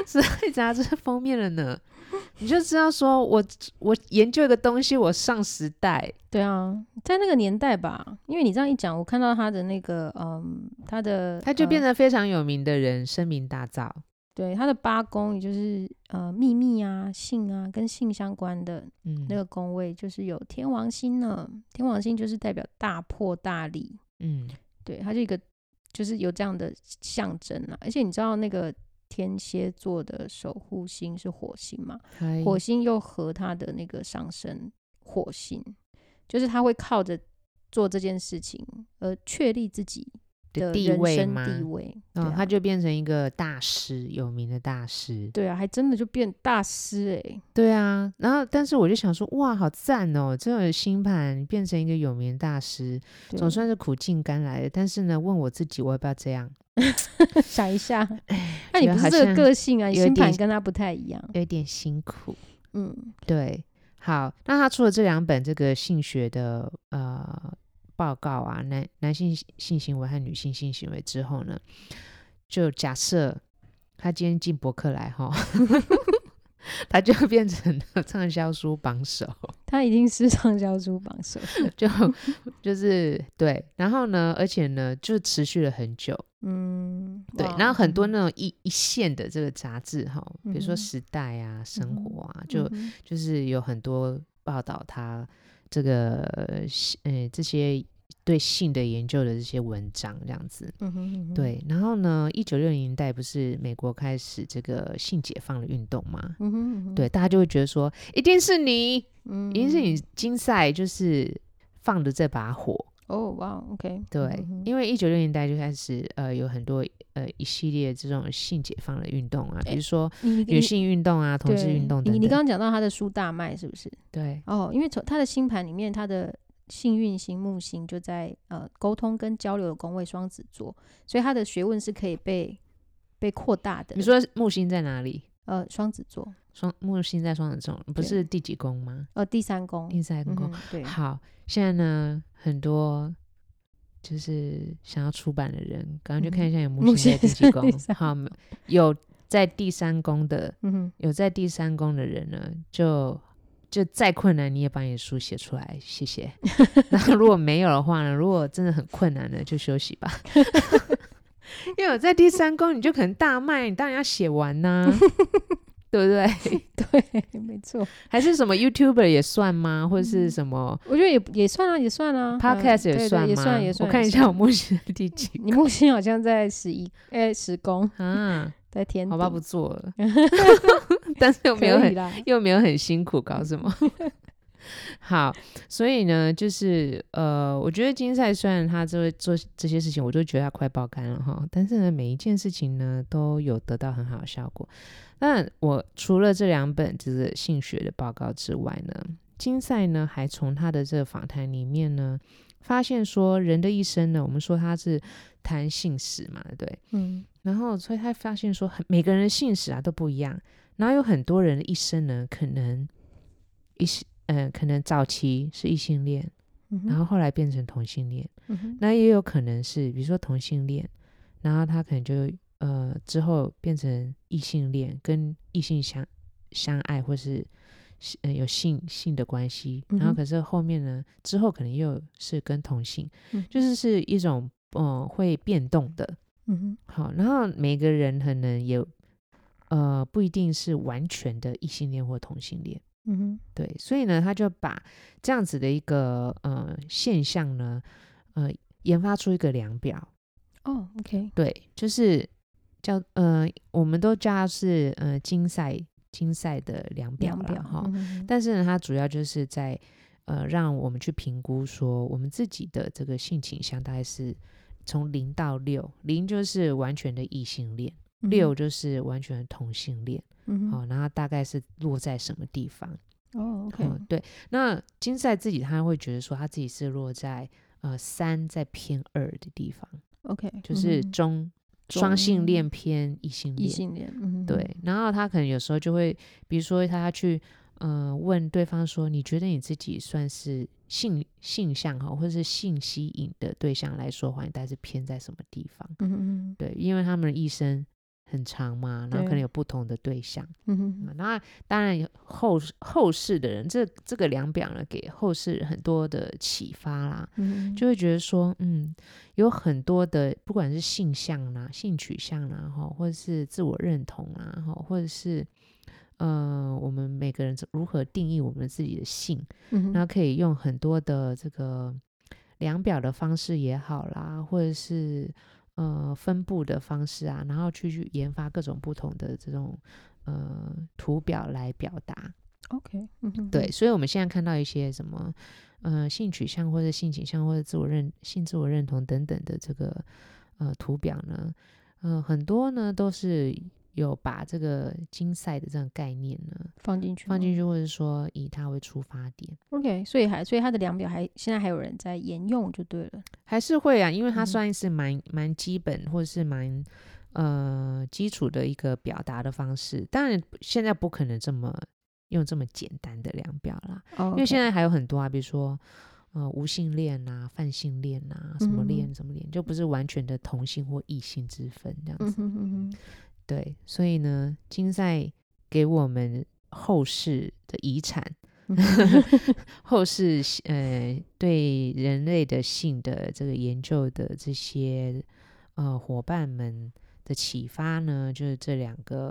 Speaker 1: 《时代》杂志封面了呢，你就知道说我我研究一个东西，我上《时代
Speaker 2: 对啊，在那个年代吧，因为你这样一讲，我看到他的那个，嗯，他的》，
Speaker 1: 他就变
Speaker 2: 得
Speaker 1: 得非常有名的人，声名大噪。
Speaker 2: 对他的八宫，也就是呃秘密啊、性啊跟性相关的
Speaker 1: 嗯，
Speaker 2: 那个宫位，就是有天王星呢。天王星就是代表大破大立，
Speaker 1: 嗯，
Speaker 2: 对，它是一个就是有这样的象征啊。而且你知道那个天蝎座的守护星是火星嘛？
Speaker 1: 嗨
Speaker 2: 火星又和他的那个上升火星，就是他会靠着做这件事情而确立自己
Speaker 1: 的
Speaker 2: 的
Speaker 1: 地
Speaker 2: 人
Speaker 1: 位
Speaker 2: 生
Speaker 1: 吗？
Speaker 2: 地位。对
Speaker 1: 嗯，
Speaker 2: 啊
Speaker 1: 他就变成一个大师，有名的大师。
Speaker 2: 对啊，还真的就变大师哎、
Speaker 1: 对啊，然后但是我就想说，哇，好赞哦！这个星盘变成一个有名的大师，
Speaker 2: 对
Speaker 1: 总算是苦尽甘来的。但是呢，问我自己，我要不要这样？
Speaker 2: [LAUGHS] 想一下， [LAUGHS] 那你
Speaker 1: 哎觉得
Speaker 2: 不
Speaker 1: 好
Speaker 2: 是这
Speaker 1: 像
Speaker 2: 个个性啊？你
Speaker 1: 有
Speaker 2: 星盘
Speaker 1: 点
Speaker 2: 跟他不太一样。
Speaker 1: 有点辛苦。
Speaker 2: 嗯
Speaker 1: 对，好，那他出了这两本这个性学的呃报告啊，男男性性行为和女性性行为之后呢，就假设他今天进博客来哈， [LAUGHS] 他就变成了畅销书榜首，
Speaker 2: 他已经是 [LAUGHS] 畅销书榜首了。
Speaker 1: 就就是对，然后呢，而且呢，就持续了很久，
Speaker 2: 嗯，
Speaker 1: 对
Speaker 2: 哇，
Speaker 1: 然后很多那种一一线的这个杂志哈，比如说
Speaker 2: 嗯哼
Speaker 1: 《时代》啊，《生
Speaker 2: 嗯哼
Speaker 1: 活》啊，就
Speaker 2: 嗯哼
Speaker 1: 就是有很多报道他这个呃性呃这些对性的研究的这些文章这样子。
Speaker 2: 嗯哼嗯哼，
Speaker 1: 对，然后呢，一九六零年代不是美国开始这个性解放的运动嘛？
Speaker 2: 嗯哼，嗯哼，
Speaker 1: 对，大家就会觉得说，一定是你，
Speaker 2: 嗯，
Speaker 1: 一定是你金赛就是放的这把火。
Speaker 2: 哦，哇，OK，
Speaker 1: 对，
Speaker 2: 嗯哼
Speaker 1: 因为一九六零年代就开始呃有很多呃一系列这种性解放的运动啊，比如说
Speaker 2: 你你
Speaker 1: 女性运动啊、同志
Speaker 2: 对
Speaker 1: 运动等
Speaker 2: 你
Speaker 1: 等。
Speaker 2: 你刚刚讲到他的书大卖是不是？
Speaker 1: 对，
Speaker 2: 哦，因为从他的星盘里面，他的幸运星木星就在呃沟通跟交流的宫位双子座，所以他的学问是可以被被扩大的。
Speaker 1: 你说木星在哪里？
Speaker 2: 呃双子座
Speaker 1: 双木星在双子座，不
Speaker 2: 对
Speaker 1: 是第几宫吗？
Speaker 2: 呃第三宫，
Speaker 1: 第三
Speaker 2: 嗯
Speaker 1: 宫。
Speaker 2: 哼对，
Speaker 1: 好，现在呢，很多就是想要出版的人，
Speaker 2: 嗯
Speaker 1: 赶快去看一下有木
Speaker 2: 木
Speaker 1: 星在第
Speaker 2: 星
Speaker 1: 几
Speaker 2: 在第
Speaker 1: 宫。
Speaker 2: 三
Speaker 1: 好，有在第三宫的，
Speaker 2: 嗯哼， [LAUGHS]
Speaker 1: 有在第三宫的人呢，就就再困难你也把你的书写出来，
Speaker 2: [LAUGHS]
Speaker 1: 谢谢。然后如果没有的话呢，如果真的很困难呢，就休息
Speaker 2: [LAUGHS]
Speaker 1: 吧。因为我在第三宫，你就可能大卖，你当然要写完
Speaker 2: [LAUGHS]
Speaker 1: 呐、对不对？
Speaker 2: 对，没错，
Speaker 1: 还是什么 YouTuber 也算吗？或者是什么
Speaker 2: 我觉得也也算啊，也算啊嗯嗯
Speaker 1: Podcast
Speaker 2: 对
Speaker 1: 也
Speaker 2: 对
Speaker 1: 算吗？
Speaker 2: 也算也算。
Speaker 1: 我看
Speaker 2: 也
Speaker 1: 一
Speaker 2: 算
Speaker 1: 下我目前的第几
Speaker 2: 你木星好像在十一哎十宫，
Speaker 1: 啊？
Speaker 2: 在天
Speaker 1: 好吧，
Speaker 2: 底
Speaker 1: 不做
Speaker 2: [LAUGHS]
Speaker 1: 了。但是又
Speaker 2: 可
Speaker 1: 没有
Speaker 2: 以
Speaker 1: 很 [LAUGHS]
Speaker 2: 啦，
Speaker 1: 又没有很辛苦，搞什么？ [LAUGHS] 好，所以呢，就是呃，我觉得金赛虽然他这做这些事情，我都觉得他快爆肝了哈，但是呢，每一件事情呢都有得到很好的效果。那我除了这两本就是性学的报告之外呢，金赛呢还从他的这个访谈里面呢，发现说人的一生呢，我们说他是谈性史嘛，对不对，
Speaker 3: 嗯，
Speaker 1: 然后所以他发现说，很每个人的性史啊都不一样，然后有很多人的一生呢，可能一些嗯、可能早期是异性恋，
Speaker 3: 嗯哼
Speaker 1: 然后后来变成同性恋，
Speaker 3: 嗯哼
Speaker 1: 那也有可能是比如说同性恋，然后他可能就呃之后变成异性恋，跟异性相相爱或是。呃，有性性的关系，
Speaker 3: 嗯
Speaker 1: 然后
Speaker 3: 哼
Speaker 1: 可是后面呢，之后可能又是跟同性，
Speaker 3: 嗯
Speaker 1: 就是是一种嗯、呃会变动的，
Speaker 3: 嗯哼
Speaker 1: 好，然后每个人可能也呃不一定是完全的异性恋或同性恋，
Speaker 3: 嗯哼
Speaker 1: 对，所以呢，他就把这样子的一个呃现象呢，呃，研发出一个量表，
Speaker 3: 哦，OK，
Speaker 1: 对，就是叫呃，我们都叫它是呃竞赛竞赛的量表
Speaker 3: 量
Speaker 1: 啦
Speaker 3: 表
Speaker 1: 哈，
Speaker 3: 嗯哼
Speaker 1: 但是呢，它主要就是在呃让我们去评估说我们自己的这个性倾向大概是从零到六，零就是完全的异性恋。
Speaker 3: 嗯
Speaker 1: 六就是完全的同性恋，
Speaker 3: 嗯
Speaker 1: 好、
Speaker 3: 哼
Speaker 1: 然后大概是落在什么地方？
Speaker 3: 哦，OK，
Speaker 1: 嗯，对。那金赛自己他会觉得说他自己是落在呃三在偏二的地方，
Speaker 3: OK，
Speaker 1: 就
Speaker 3: 嗯
Speaker 1: 是
Speaker 3: 哼
Speaker 1: 中双性
Speaker 3: 中
Speaker 1: 恋偏异性
Speaker 3: 异
Speaker 1: 恋，
Speaker 3: 性恋，嗯哼，
Speaker 1: 对。然后他可能有时候就会，比如说他要去呃问对方说，你觉得你自己算是性性向哈，或是性吸引的对象来说的话，你大概是偏在什么地方？
Speaker 3: 嗯哼，
Speaker 1: 对，因为他们的一生很长嘛，然后可能
Speaker 3: 对
Speaker 1: 有不同的对象。
Speaker 3: 嗯哼，
Speaker 1: 啊
Speaker 3: 嗯
Speaker 1: 那当然有后世后世的人，这这个量表呢，给后世人很多的启发啦，
Speaker 3: 嗯哼，
Speaker 1: 就会觉得说，嗯，有很多的不管是性向啦、性取向啦，哈，或者是自我认同啦，哈，或者是。呃，我们每个人怎如何定义我们自己的性，
Speaker 3: 嗯
Speaker 1: 那
Speaker 3: 哼，
Speaker 1: 可以用很多的这个量表的方式也好啦，或者是呃分布的方式啊，然后去去研发各种不同的这种呃图表来表达。
Speaker 3: OK，嗯哼，
Speaker 1: 对，，所以我们现在看到一些什么呃性取向或者性倾向或者自我认性自我认同等等的这个呃图表呢，呃很多呢都是有把这个竞赛的这种概念呢
Speaker 3: 放进去，嗯
Speaker 1: 放进去，或者说以它为出发点。
Speaker 3: OK，所以还所以它的量表还现在还有人在沿用就对了。
Speaker 1: 还是会啊，因为它
Speaker 3: 嗯
Speaker 1: 算是蛮蛮基本或者是蛮呃基础的一个表达的方式。当然现在不可能这么用这么简单的量表啦
Speaker 3: 哦，
Speaker 1: 因为现在还有很多啊，比如说呃无性恋呐、泛性恋呐、什么恋
Speaker 3: 嗯
Speaker 1: 什么恋，就不是完全的同性或异性之分这样
Speaker 3: 嗯
Speaker 1: 子。
Speaker 3: 哼嗯
Speaker 1: 对，所以呢，金赛给我们后世的遗产。 [LAUGHS]
Speaker 3: 哼嗯哼
Speaker 1: 后世呃对人类的性的这个研究的这些呃伙伴们的启发呢，就是这两个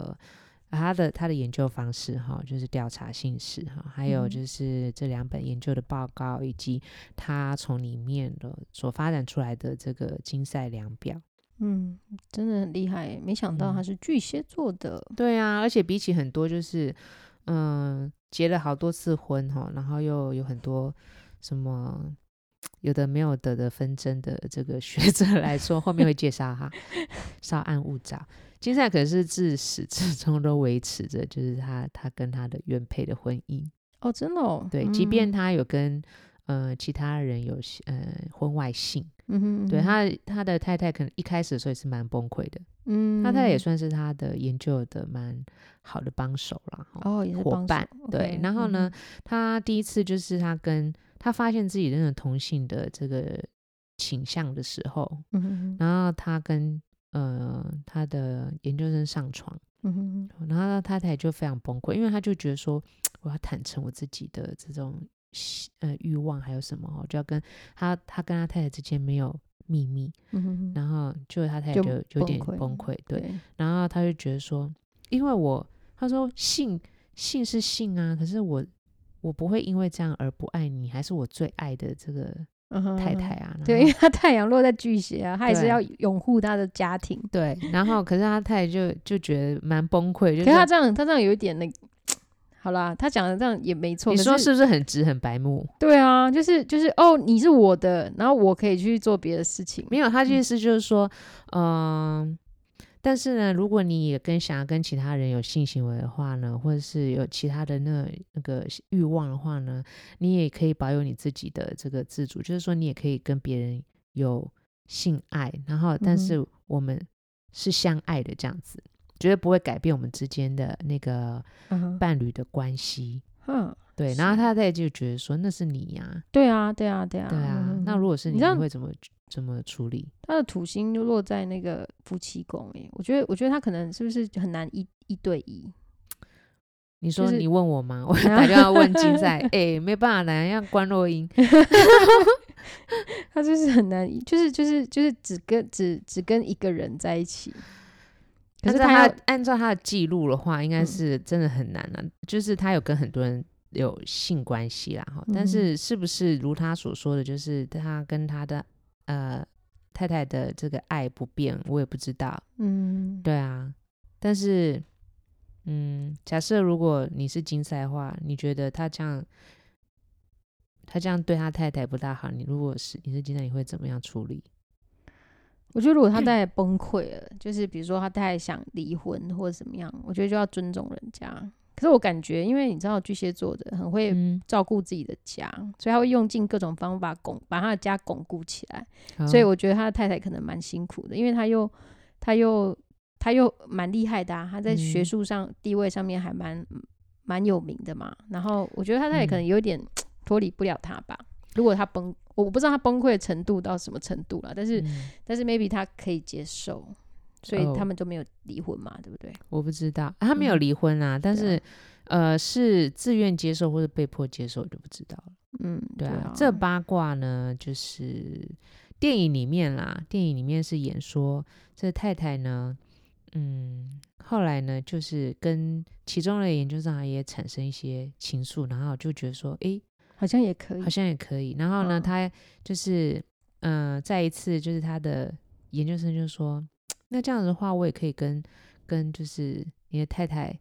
Speaker 1: 啊他的他的研究方式哈，就是调查性史哈，还有
Speaker 3: 嗯
Speaker 1: 就是这两本研究的报告，以及他从里面的所发展出来的这个竞赛量表。
Speaker 3: 嗯，真的很厉害，没想
Speaker 1: 嗯
Speaker 3: 到他是巨蟹座的。
Speaker 1: 对啊，而且比起很多就是，嗯、结了好多次婚哈，然后又有很多什么有的没有的的纷争的这个学
Speaker 3: [LAUGHS]
Speaker 1: 者来说，后面会介绍哈，稍安勿躁。金赛可是自始至终都维持着，就是他他跟他的原配的婚姻，
Speaker 3: 哦，真的哦。
Speaker 1: 对，
Speaker 3: 嗯
Speaker 1: 即便他有跟呃其他人有呃婚外性，
Speaker 3: 嗯哼，
Speaker 1: 对
Speaker 3: 嗯哼，
Speaker 1: 他他的太太可能一开始的时候也是蛮崩溃的，
Speaker 3: 嗯，
Speaker 1: 那他也算是他的研究的蛮好的帮手啦，哦、
Speaker 3: 哦，也是
Speaker 1: 伙
Speaker 3: 帮手
Speaker 1: 伴对
Speaker 3: OK，
Speaker 1: 然后呢
Speaker 3: 嗯哼，
Speaker 1: 他第一次就是他跟他发现自己真的同性的这个倾向的时候，
Speaker 3: 嗯哼
Speaker 1: 然后他跟呃他的研究生上床，
Speaker 3: 嗯哼
Speaker 1: 然后他太太就非常崩溃，因为他就觉得说我要坦诚我自己的这种喜呃欲望还有什么哦，就要跟他他跟他太太之间没有秘密，
Speaker 3: 嗯哼，
Speaker 1: 然后就他太太
Speaker 3: 就
Speaker 1: 就有
Speaker 3: 崩
Speaker 1: 点
Speaker 3: 溃
Speaker 1: 崩溃，对。
Speaker 3: 对，
Speaker 1: 然后他就觉得说，因为我他说性性是性啊，可是我我不会因为这样而不爱你，还是我最爱的这个
Speaker 3: 嗯哼嗯
Speaker 1: 太
Speaker 3: 哼
Speaker 1: 太啊。
Speaker 3: 对，
Speaker 1: 然
Speaker 3: 因
Speaker 1: 后
Speaker 3: 为他太阳落在巨蟹啊，他也是
Speaker 1: 对
Speaker 3: 要拥护他的家庭。
Speaker 1: 对，然后可是他太太就就觉得蛮崩溃，就
Speaker 3: 可是他
Speaker 1: 是
Speaker 3: 这样，他这样有一点那个好
Speaker 2: 好啦，他讲的这样也没错。
Speaker 1: 你
Speaker 2: 可
Speaker 1: 说
Speaker 2: 是
Speaker 1: 是不是很直很白目？
Speaker 2: 对啊，就是就是哦，你是我的，然后我可以去做别的事情。
Speaker 1: 没有，他的意思就是说，嗯、但是呢，如果你也跟想要跟其他人有性行为的话呢，或者是有其他的那那个欲望的话呢，你也可以保有你自己的这个自主，就是说你也可以跟别人有性爱，然
Speaker 2: 嗯
Speaker 1: 后但是我们是相爱的这样子，绝对不会改变我们之间的那个
Speaker 2: 嗯哼
Speaker 1: 伴侣的关系。
Speaker 2: 嗯，
Speaker 1: 对，
Speaker 2: 是
Speaker 1: 然后他在就觉得说那是你呀、
Speaker 2: 对啊，对啊，对啊，
Speaker 1: 对啊
Speaker 2: 嗯，
Speaker 1: 那如果是
Speaker 2: 你
Speaker 1: 你，
Speaker 2: 知
Speaker 1: 你
Speaker 2: 道
Speaker 1: 会怎么怎么处理？
Speaker 2: 他的土星就落在那个夫妻宫诶，我觉得，我觉得他可能是不是很难一一对一？
Speaker 1: 你说
Speaker 2: 是
Speaker 1: 你问我吗？我 [LAUGHS]
Speaker 2: 啊
Speaker 1: 打电
Speaker 2: [LAUGHS]
Speaker 1: 话问金赛，哎、没办法，来让关若英，
Speaker 2: [LAUGHS] 他就是很难一，就是就是就是只跟只只跟一个人在一起。可
Speaker 1: 按
Speaker 2: 是他
Speaker 1: 照他
Speaker 2: 要
Speaker 1: 按照他的记录的话，应该
Speaker 2: 嗯
Speaker 1: 是真的很难啊。就是他有跟很多人有性关系啦，哈、
Speaker 2: 嗯
Speaker 1: 但是是不是如他所说的，就是他跟他的呃太太的这个爱不变，我也不知道。
Speaker 2: 嗯，
Speaker 1: 对啊，但是嗯，假设如果你是金赛的话，你觉得他这样？他这样对他太太不大好，你如果是你是金赛，你会怎么样处理？
Speaker 2: 我觉得如果他太崩溃了，就是比如说他太想离婚或者怎么样，我觉得就要尊重人家。可是我感觉，因为你知道巨蟹座的很会
Speaker 1: 嗯，
Speaker 2: 照顾自己的家，所以他会用尽各种方法巩把他的家巩固起来。
Speaker 1: 好
Speaker 2: 所以我觉得他的太太可能蛮辛苦的，因为他又他又他又蛮厉害的、啊，他在学
Speaker 1: 嗯
Speaker 2: 术上、地位上面还蛮蛮有名的嘛。然后我觉得他太太可能
Speaker 1: 嗯
Speaker 2: 有点脱离不了他吧。如果他崩，我不知道他崩溃的程度到什么程度了，但是、
Speaker 1: 嗯
Speaker 2: 但是 maybe 他可以接受，所以
Speaker 1: 哦
Speaker 2: 他们就没有离婚嘛，对不对？
Speaker 1: 我不知道，啊他没有
Speaker 2: 嗯
Speaker 1: 离婚啊，但
Speaker 2: 对
Speaker 1: 是呃是自愿接受或者被迫接受，我就不知道了。
Speaker 2: 嗯，
Speaker 1: 对啊
Speaker 2: 啊，，
Speaker 1: 这八卦呢，就是电影里面啦，电影里面是演说这太太呢，嗯，后来呢就是跟其中的研究上也产生一些情愫，然后就觉得说，诶，
Speaker 2: 好像也可以
Speaker 1: 好，像也可以。然后呢，
Speaker 2: 嗯
Speaker 1: 他就是呃，再一次就是他的研究生就说，那这样子的话，我也可以跟跟就是你的太太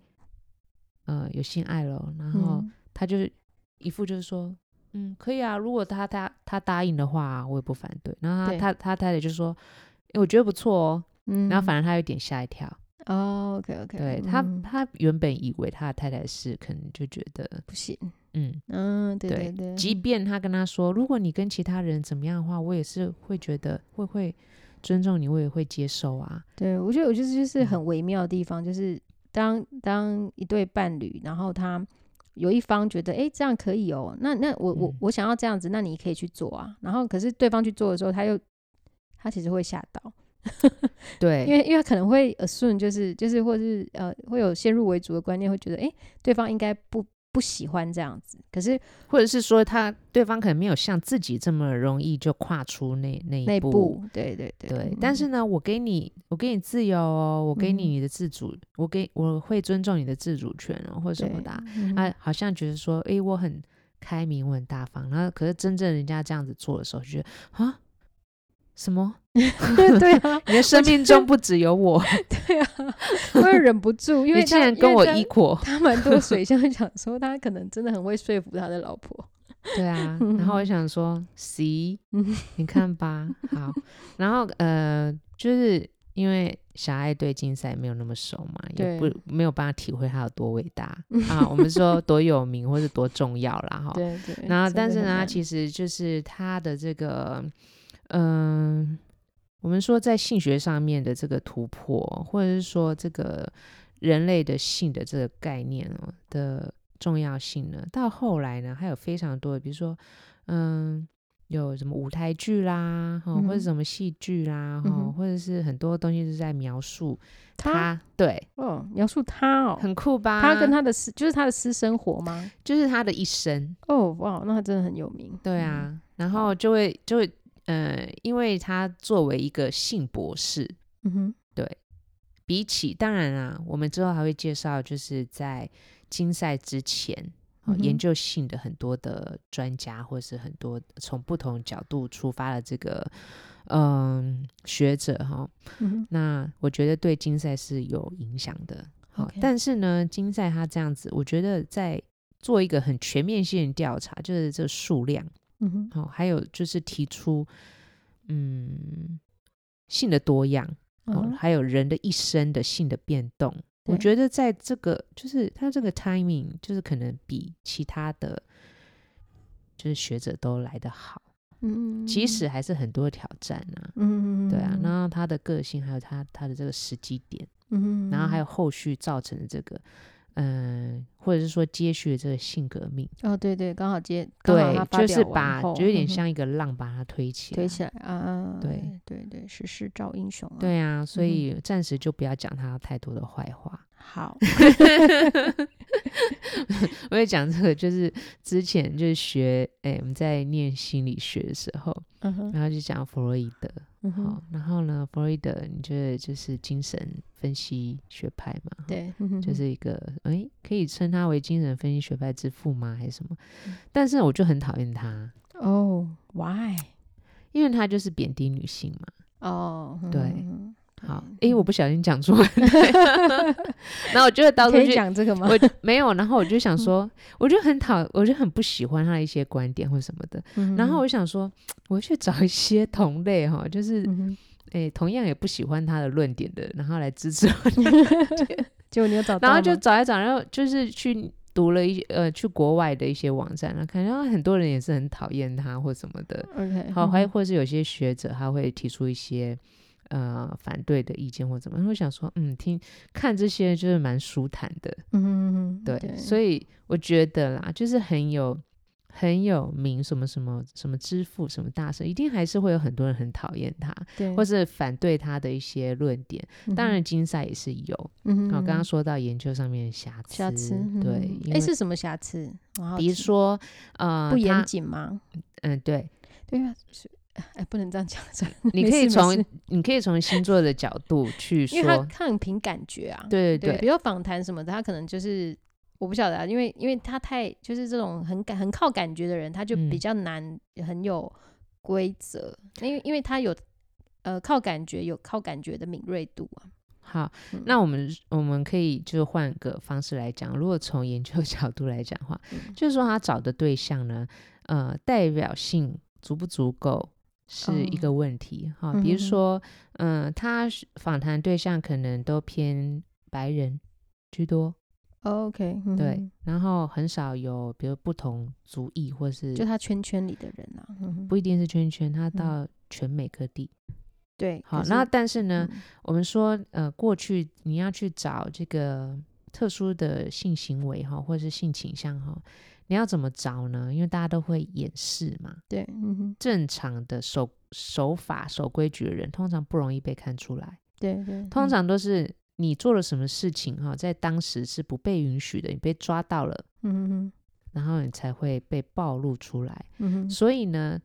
Speaker 1: 呃有性爱咯。然后
Speaker 2: 嗯
Speaker 1: 他就是一副就是说，嗯，可以啊，如果他他他答应的话，啊我也不反对。然后
Speaker 2: 对
Speaker 1: 他他他太太就说。诶我觉得不错哦，
Speaker 2: 嗯，嗯
Speaker 1: 然后反而他有点吓一跳。
Speaker 2: 哦，OK OK，
Speaker 1: 对他，他原本以为他的太太是，可能就觉得，
Speaker 2: 不行，
Speaker 1: 嗯，
Speaker 2: 嗯，对
Speaker 1: 对
Speaker 2: 对对，
Speaker 1: 即便他跟他说，如果你跟其他人怎么样的话，我也是会觉得会会尊重你，我也会接受啊。
Speaker 2: 对，我觉得我就是就是
Speaker 1: 嗯
Speaker 2: 很微妙的地方，就是当当一对伴侣，然后他有一方觉得，哎、这样可以哦，那那我我
Speaker 1: 嗯
Speaker 2: 我想要这样子，那你可以去做啊。然后可是对方去做的时候，他又他其实会吓到，
Speaker 1: 对，
Speaker 2: 因为因为他可能会 assume 就是就是或是呃会有先入为主的观念，会觉得，哎、对方应该不不喜欢这样子。可是
Speaker 1: 或者是说他对方可能没有像自己这么容易就跨出那那一嗯
Speaker 2: 内部，对对对，
Speaker 1: 对，但是呢，我给你，我给你自由哦，我给你
Speaker 2: 嗯
Speaker 1: 你的自主，我给我会尊重你的自主权哦，或者什么的啊、
Speaker 2: 嗯
Speaker 1: 啊，好像觉得说，诶，我很开明，我很大方，然后可是真正人家这样子做的时候，就觉得啊，什么？
Speaker 2: [LAUGHS] 对对啊，
Speaker 1: 你的生命中不只有我，
Speaker 2: 对啊， [LAUGHS] 我会忍不住，因为
Speaker 1: 你竟
Speaker 2: 他
Speaker 1: 然
Speaker 2: 因
Speaker 1: 跟
Speaker 2: 为
Speaker 1: 我
Speaker 2: [LAUGHS] 他
Speaker 1: equal，
Speaker 2: 他蛮多水象想说，他可能真的很会说服他的老婆。
Speaker 1: 对啊。然后我想说，see，
Speaker 2: 嗯
Speaker 1: 你看吧，好。然后呃，就是因为小爱对竞赛没有那么熟嘛，也
Speaker 2: 对
Speaker 1: 不
Speaker 2: 嗯
Speaker 1: 没有办法体会他有多伟大啊。我们说多有名或是多重要啦，
Speaker 2: [LAUGHS]
Speaker 1: 哈。
Speaker 2: 对对
Speaker 1: 然后，但是呢，
Speaker 2: 实
Speaker 1: 其实就是他的这个，嗯、我们说在性学上面的这个突破，或者是说这个人类的性的这个概念哦的重要性呢，到后来呢，还有非常多的，比如说，嗯、有什么舞台剧啦，哈、或者
Speaker 2: 嗯
Speaker 1: 什么戏剧啦，
Speaker 2: 嗯
Speaker 1: 哈、
Speaker 2: 哼
Speaker 1: 或者是很多东西是在描述
Speaker 2: 他
Speaker 1: 对，
Speaker 2: 哦，描述他哦，
Speaker 1: 很酷吧？
Speaker 2: 他跟他的私就是他的私生活吗？
Speaker 1: 就是他的一生，
Speaker 2: 哦哇，那他真的很有名。
Speaker 1: 对啊，
Speaker 2: 嗯
Speaker 1: 然后就会就会呃，因为他作为一个性博士，
Speaker 2: 嗯，嗯哼，
Speaker 1: 比起当然啊，我们之后还会介绍，就是在竞赛之前、哦
Speaker 2: 嗯哼
Speaker 1: 研究性的很多的专家，或是很多从不同角度出发的这个嗯、学者哈、
Speaker 2: 嗯哼
Speaker 1: 那我觉得对竞赛是有影响的。好
Speaker 2: OK
Speaker 1: 但是呢，金赛他这样子，我觉得在做一个很全面性的调查，就是这数量，
Speaker 2: 嗯哼，
Speaker 1: 好、哦还有就是提出，嗯，性的多样，
Speaker 2: 嗯
Speaker 1: 哦，
Speaker 2: 哼
Speaker 1: 还有人的一生的性的变动。我
Speaker 2: 对
Speaker 1: 觉得在这个就是他这个 timing，就是可能比其他的就是学者都来得好，
Speaker 2: 嗯，
Speaker 1: 即使还是很多挑战啊。
Speaker 2: 嗯，嗯，
Speaker 1: 对啊，
Speaker 2: 嗯，
Speaker 1: 然后他的个性，还有他他的这个时机点，
Speaker 2: 嗯，
Speaker 1: 然后还有后续造成的这个，嗯、或者是说接续的这个性革命，
Speaker 2: 哦，对对，刚好接，刚好他
Speaker 1: 对，
Speaker 2: 发
Speaker 1: 就是
Speaker 2: 表完
Speaker 1: 把
Speaker 2: 后
Speaker 1: 就有点
Speaker 2: 嗯哼
Speaker 1: 像一个浪把它推起来，
Speaker 2: 推起来啊，
Speaker 1: 对
Speaker 2: 对对，时势造英雄啊，，
Speaker 1: 对啊，
Speaker 2: 嗯
Speaker 1: 所
Speaker 2: 哼
Speaker 1: 以暂时就不要讲他太多的坏
Speaker 2: [LAUGHS]
Speaker 1: 话。
Speaker 2: 好，
Speaker 1: 我也讲这个，就是之前就是学，哎、我们在念心理学的时候，
Speaker 2: 嗯哼，
Speaker 1: 然后就讲弗洛伊德，
Speaker 2: 嗯
Speaker 1: 好、
Speaker 2: 哼，
Speaker 1: 然后呢，弗洛伊德，你觉得就是精神分析学派嘛？齁，
Speaker 2: 对，嗯哼
Speaker 1: 就
Speaker 2: 哼
Speaker 1: 是一个，哎、可以称他为精神分析学派之父吗？还是什么？
Speaker 2: 嗯
Speaker 1: 但是我就很讨厌他，
Speaker 2: 哦，why？
Speaker 1: 因为他就是贬低女性嘛。
Speaker 2: 哦，
Speaker 1: 对
Speaker 2: 嗯
Speaker 1: 好，哎、我不小心讲出来， [LAUGHS] 然后我就
Speaker 2: [LAUGHS]
Speaker 1: 会到
Speaker 2: 哼
Speaker 1: 处
Speaker 2: 可以
Speaker 1: 去
Speaker 2: 讲这个吗？
Speaker 1: 我没有，然后我就想
Speaker 2: 嗯
Speaker 1: 说，我就很讨，我就很不喜欢他的一些观点或什么的。
Speaker 2: 嗯
Speaker 1: 然
Speaker 2: 哼
Speaker 1: 后我想说，我去找一些同类哈，就是
Speaker 2: 嗯哼
Speaker 1: 诶、同样也不喜欢他的论点的，然后来支持
Speaker 2: [LAUGHS]
Speaker 1: 我。 [LAUGHS]
Speaker 2: 结果你有找到
Speaker 1: 然
Speaker 2: 吗，
Speaker 1: 后就找来找，然后就是去读了一些呃，去国外的一些网站，然后看到很多人也是很讨厌他或什么的。
Speaker 2: OK，
Speaker 1: 好，
Speaker 2: 嗯
Speaker 1: 还
Speaker 2: 哼
Speaker 1: 或是有些学者他会提出一些呃反对的意见或怎么样，我想说，嗯，听看这些就是蛮舒坦的。
Speaker 2: 嗯哼嗯哼，
Speaker 1: 对，
Speaker 2: 对，
Speaker 1: 所以我觉得啦，就是很有很有名什么什么什么之父什么大神，一定还是会有很多人很讨厌他，
Speaker 2: 对，
Speaker 1: 或是反对他的一些论点。
Speaker 2: 嗯
Speaker 1: 当
Speaker 2: 哼，
Speaker 1: 然，竞赛也是有。
Speaker 2: 嗯
Speaker 1: 好、
Speaker 2: 哼，
Speaker 1: 刚刚说到研究上面的瑕疵，
Speaker 2: 瑕疵，嗯
Speaker 1: 对，
Speaker 2: 哼
Speaker 1: 因
Speaker 2: 哎，
Speaker 1: 为
Speaker 2: 是什么瑕疵？我好
Speaker 1: 比如
Speaker 2: 奇
Speaker 1: 说呃，
Speaker 2: 不严
Speaker 1: 他，
Speaker 2: 谨吗？[LAUGHS]
Speaker 1: 嗯，对，
Speaker 2: 对啊，是哎，不能这样讲， [LAUGHS] 算了
Speaker 1: 你
Speaker 2: 没
Speaker 1: 可以
Speaker 2: 事没
Speaker 1: 从
Speaker 2: 事
Speaker 1: 你可以从星座的角度去
Speaker 2: 因为他
Speaker 1: 说，
Speaker 2: 他很凭感觉啊，
Speaker 1: 对
Speaker 2: 对，
Speaker 1: 对
Speaker 2: 比如访谈什么的，他可能就是我不晓得啊，因为因为他太就是这种很感很靠感觉的人，他就
Speaker 1: 嗯
Speaker 2: 比较难很有规则，因为因为他有呃靠感觉有靠感觉的敏锐度啊，
Speaker 1: 好
Speaker 2: 嗯，
Speaker 1: 那我们我们可以就换个方式来讲，如果从研究 [LAUGHS] 角度来讲的话，
Speaker 2: 嗯
Speaker 1: 就是说他找的对象呢，呃，代表性足不足够是一个问题哈、
Speaker 2: 嗯
Speaker 1: 比如
Speaker 2: 哼哼
Speaker 1: 说，嗯、他是访谈对象可能都偏白人居多，哦
Speaker 2: OK，
Speaker 1: 对，然后很少有比如不同族裔或是
Speaker 2: 就他圈圈里的人啊，嗯哼
Speaker 1: 不一定是圈圈，他到全美各地。
Speaker 2: 对，
Speaker 1: 好，
Speaker 2: 可是
Speaker 1: 那但是呢，
Speaker 2: 嗯
Speaker 1: 我们说，呃，过去你要去找这个特殊的性行为哈，或者是性倾向哈，你要怎么找呢？因为大家都会掩饰嘛。
Speaker 2: 对，嗯哼，
Speaker 1: 正常的守守法、守规矩的人，通常不容易被看出来。
Speaker 2: 对对，
Speaker 1: 通
Speaker 2: 嗯
Speaker 1: 常都是你做了什么事情哈，在当时是不被允许的，你被抓到了，
Speaker 2: 嗯哼哼
Speaker 1: 然后你才会被暴露出来。
Speaker 2: 嗯哼
Speaker 1: 所以呢，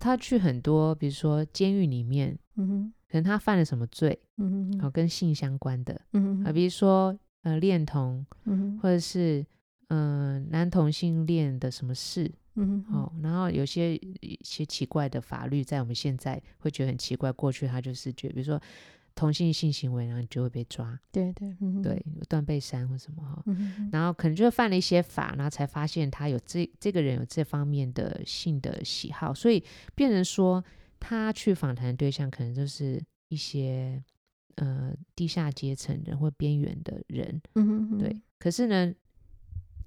Speaker 1: 他去很多，比如说监狱里面，
Speaker 2: 嗯哼
Speaker 1: 可能他犯了什么罪，
Speaker 2: 嗯哼
Speaker 1: 好、
Speaker 2: 哼
Speaker 1: 跟性相关的。
Speaker 2: 嗯
Speaker 1: 啊，
Speaker 2: 哼
Speaker 1: 比如说呃恋童，
Speaker 2: 嗯哼
Speaker 1: 或者是嗯、呃男同性恋的什么事
Speaker 2: 嗯哼
Speaker 1: 哦，然后有些一些奇怪的法律，在我们现在会觉得很奇怪，过去他就是觉得，比如说同性性行为，然后你就会被抓，
Speaker 2: 对对嗯哼
Speaker 1: 对，有断背山或什么哈、
Speaker 2: 嗯哼哼
Speaker 1: 然后可能就犯了一些法，然后才发现他有这这个人有这方面的性的喜好，所以变成说他去访谈的对象可能就是一些呃地下阶层人或边缘的人，
Speaker 2: 嗯哼哼
Speaker 1: 对，可是呢，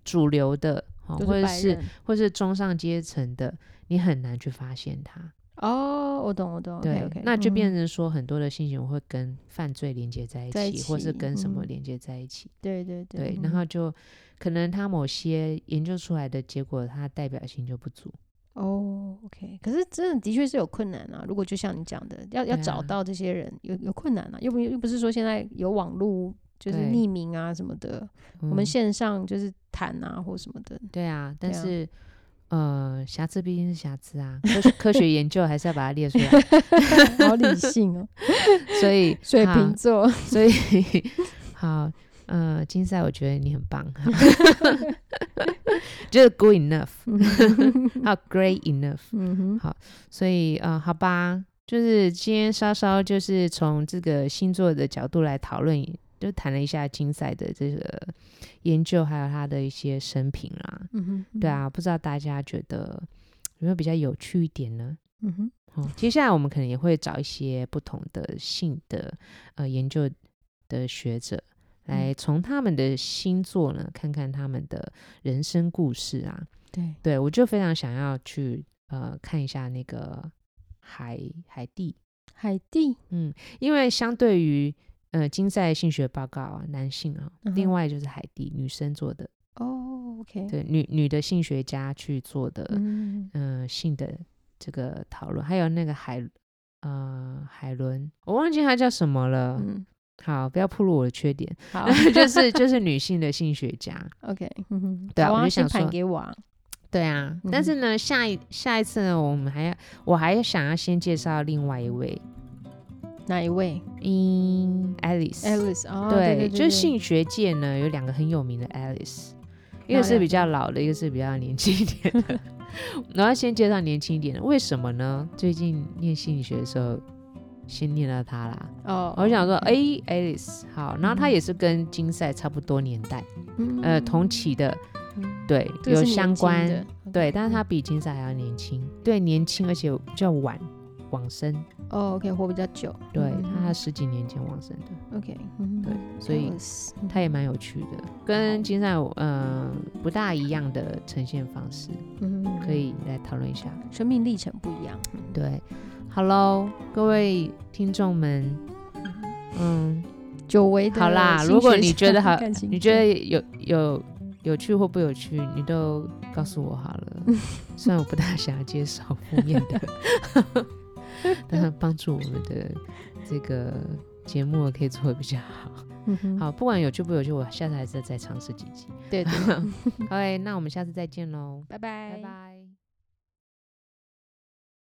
Speaker 1: 主流的、哦、
Speaker 2: 都
Speaker 1: 或者
Speaker 2: 白
Speaker 1: 是
Speaker 2: 人
Speaker 1: 或是中上阶层的，你很难去发现他。
Speaker 2: 哦，我懂，我嗯懂。
Speaker 1: 对
Speaker 2: o k
Speaker 1: 那就变成说很多的性行为会跟犯罪连接在一起，
Speaker 2: 在一
Speaker 1: 或是
Speaker 2: 起
Speaker 1: 跟什么
Speaker 2: 嗯
Speaker 1: 连接在一起。
Speaker 2: 对对
Speaker 1: 对，
Speaker 2: 嗯
Speaker 1: 然后就可能他某些研究出来的结果，它代表性就不足。
Speaker 2: 哦，OK。可是真的的确是有困难啊。如果就像你讲的，要要
Speaker 1: 对
Speaker 2: 找
Speaker 1: 啊
Speaker 2: 到这些人，有有困难啊。又不又不是说现在有网络，就是
Speaker 1: 对
Speaker 2: 匿名啊什么的，我们
Speaker 1: 嗯
Speaker 2: 线上就是谈啊或什么的。
Speaker 1: 对啊，但
Speaker 2: 对啊
Speaker 1: 是。呃，瑕疵毕竟是瑕疵啊，科学科学研究还是要把它列出来，
Speaker 2: 好理性哦，
Speaker 1: 所以
Speaker 2: [LAUGHS] 水
Speaker 1: 好
Speaker 2: 瓶座。
Speaker 1: [LAUGHS] 所以好，呃，竞赛我觉得你很棒， [LAUGHS] 好就是 good enough，好 great enough。
Speaker 2: 嗯哼，
Speaker 1: 所以呃，好吧，就是今天稍稍就是从这个星座的角度来讨论就谈了一下金赛的这个研究，还有他的一些生平啦。
Speaker 3: 嗯哼，
Speaker 1: 对，啊，不知道大家觉得有没有比较有趣一点呢？
Speaker 3: 嗯哼，
Speaker 1: 哦，接下来我们可能也会找一些不同的性的呃研究的学者，
Speaker 3: 嗯
Speaker 1: 来从他们的星座呢，看看他们的人生故事啊。
Speaker 3: 对，
Speaker 1: 对我就非常想要去呃看一下那个海海蒂，
Speaker 3: 海蒂，
Speaker 1: 嗯，因为相对于呃金赛性学报告啊，男性啊，
Speaker 3: 嗯哼
Speaker 1: 另外就是海蒂女生做的，
Speaker 3: 哦，OK，，
Speaker 1: 对女女的性学家去做的，
Speaker 3: 嗯，
Speaker 1: 嗯、性的这个讨论，还有那个海呃海伦，我忘记她叫什么了。
Speaker 3: 嗯，
Speaker 1: 好，不要暴露我的缺点， [LAUGHS]
Speaker 3: 好
Speaker 1: 就是就是女性的性学家。
Speaker 3: ，OK，嗯哼，
Speaker 1: 对啊
Speaker 3: 好
Speaker 1: 我就
Speaker 3: 先
Speaker 1: 想
Speaker 3: 盘
Speaker 1: 说
Speaker 3: 给我啊，
Speaker 1: 对啊，但是呢，下一下一次呢，我们还要我还想要先介绍另外一位，
Speaker 3: 哪一位
Speaker 1: 嗯，Alice。
Speaker 3: ？Alice，哦，
Speaker 1: 对，
Speaker 3: 对，
Speaker 1: 就是性学界呢有两个很有名的 Alice，一
Speaker 3: 哪
Speaker 1: 个是
Speaker 3: 两
Speaker 1: 比较老的，一个是比较年轻一点
Speaker 3: [LAUGHS]
Speaker 1: 的。然后先介绍年轻一点的，为什么呢？最近念心理学的时候，先念到他啦。
Speaker 3: 哦，
Speaker 1: 我想说，哎、a l i c e 好，然后他也是跟金赛差不多年代，
Speaker 3: 嗯，
Speaker 1: 呃，同期的，
Speaker 3: 嗯
Speaker 1: 对，
Speaker 3: 这个
Speaker 1: 有
Speaker 3: 是年
Speaker 1: 相
Speaker 3: 轻
Speaker 1: 关，
Speaker 3: 的，嗯
Speaker 1: 对，但是他比金赛还要年轻，对，年轻而且比较晚往生，
Speaker 3: 哦，OK，活比较久，
Speaker 1: 对
Speaker 3: 嗯
Speaker 1: 他十几年前往生的，
Speaker 3: ，OK，嗯，
Speaker 1: 对，所以
Speaker 3: Alice，嗯
Speaker 1: 它也蛮有趣的，跟金赛呃不大一样的呈现方式，
Speaker 3: 嗯，嗯
Speaker 1: 可以来讨论一下。
Speaker 2: 嗯
Speaker 3: 生命历程不一样，嗯
Speaker 1: 对，好喽，各位听众们，嗯，
Speaker 3: 久违的
Speaker 1: 好啦
Speaker 3: 新
Speaker 1: 如果
Speaker 3: 学
Speaker 1: 你
Speaker 3: 生
Speaker 1: 觉得好
Speaker 3: 感情
Speaker 1: 你觉得有有有趣或不有趣，你都告诉我好了。虽然我不大想要接受负面的， [LAUGHS] 但是帮助我们的这个节目可以做的比较好。
Speaker 3: 嗯哼，
Speaker 1: 好，不管有趣不有趣，我下次还是再尝试几集。 [LAUGHS] 哎
Speaker 3: 对对，
Speaker 1: OK，那我们下次再见喽，
Speaker 3: 拜拜
Speaker 1: 拜拜。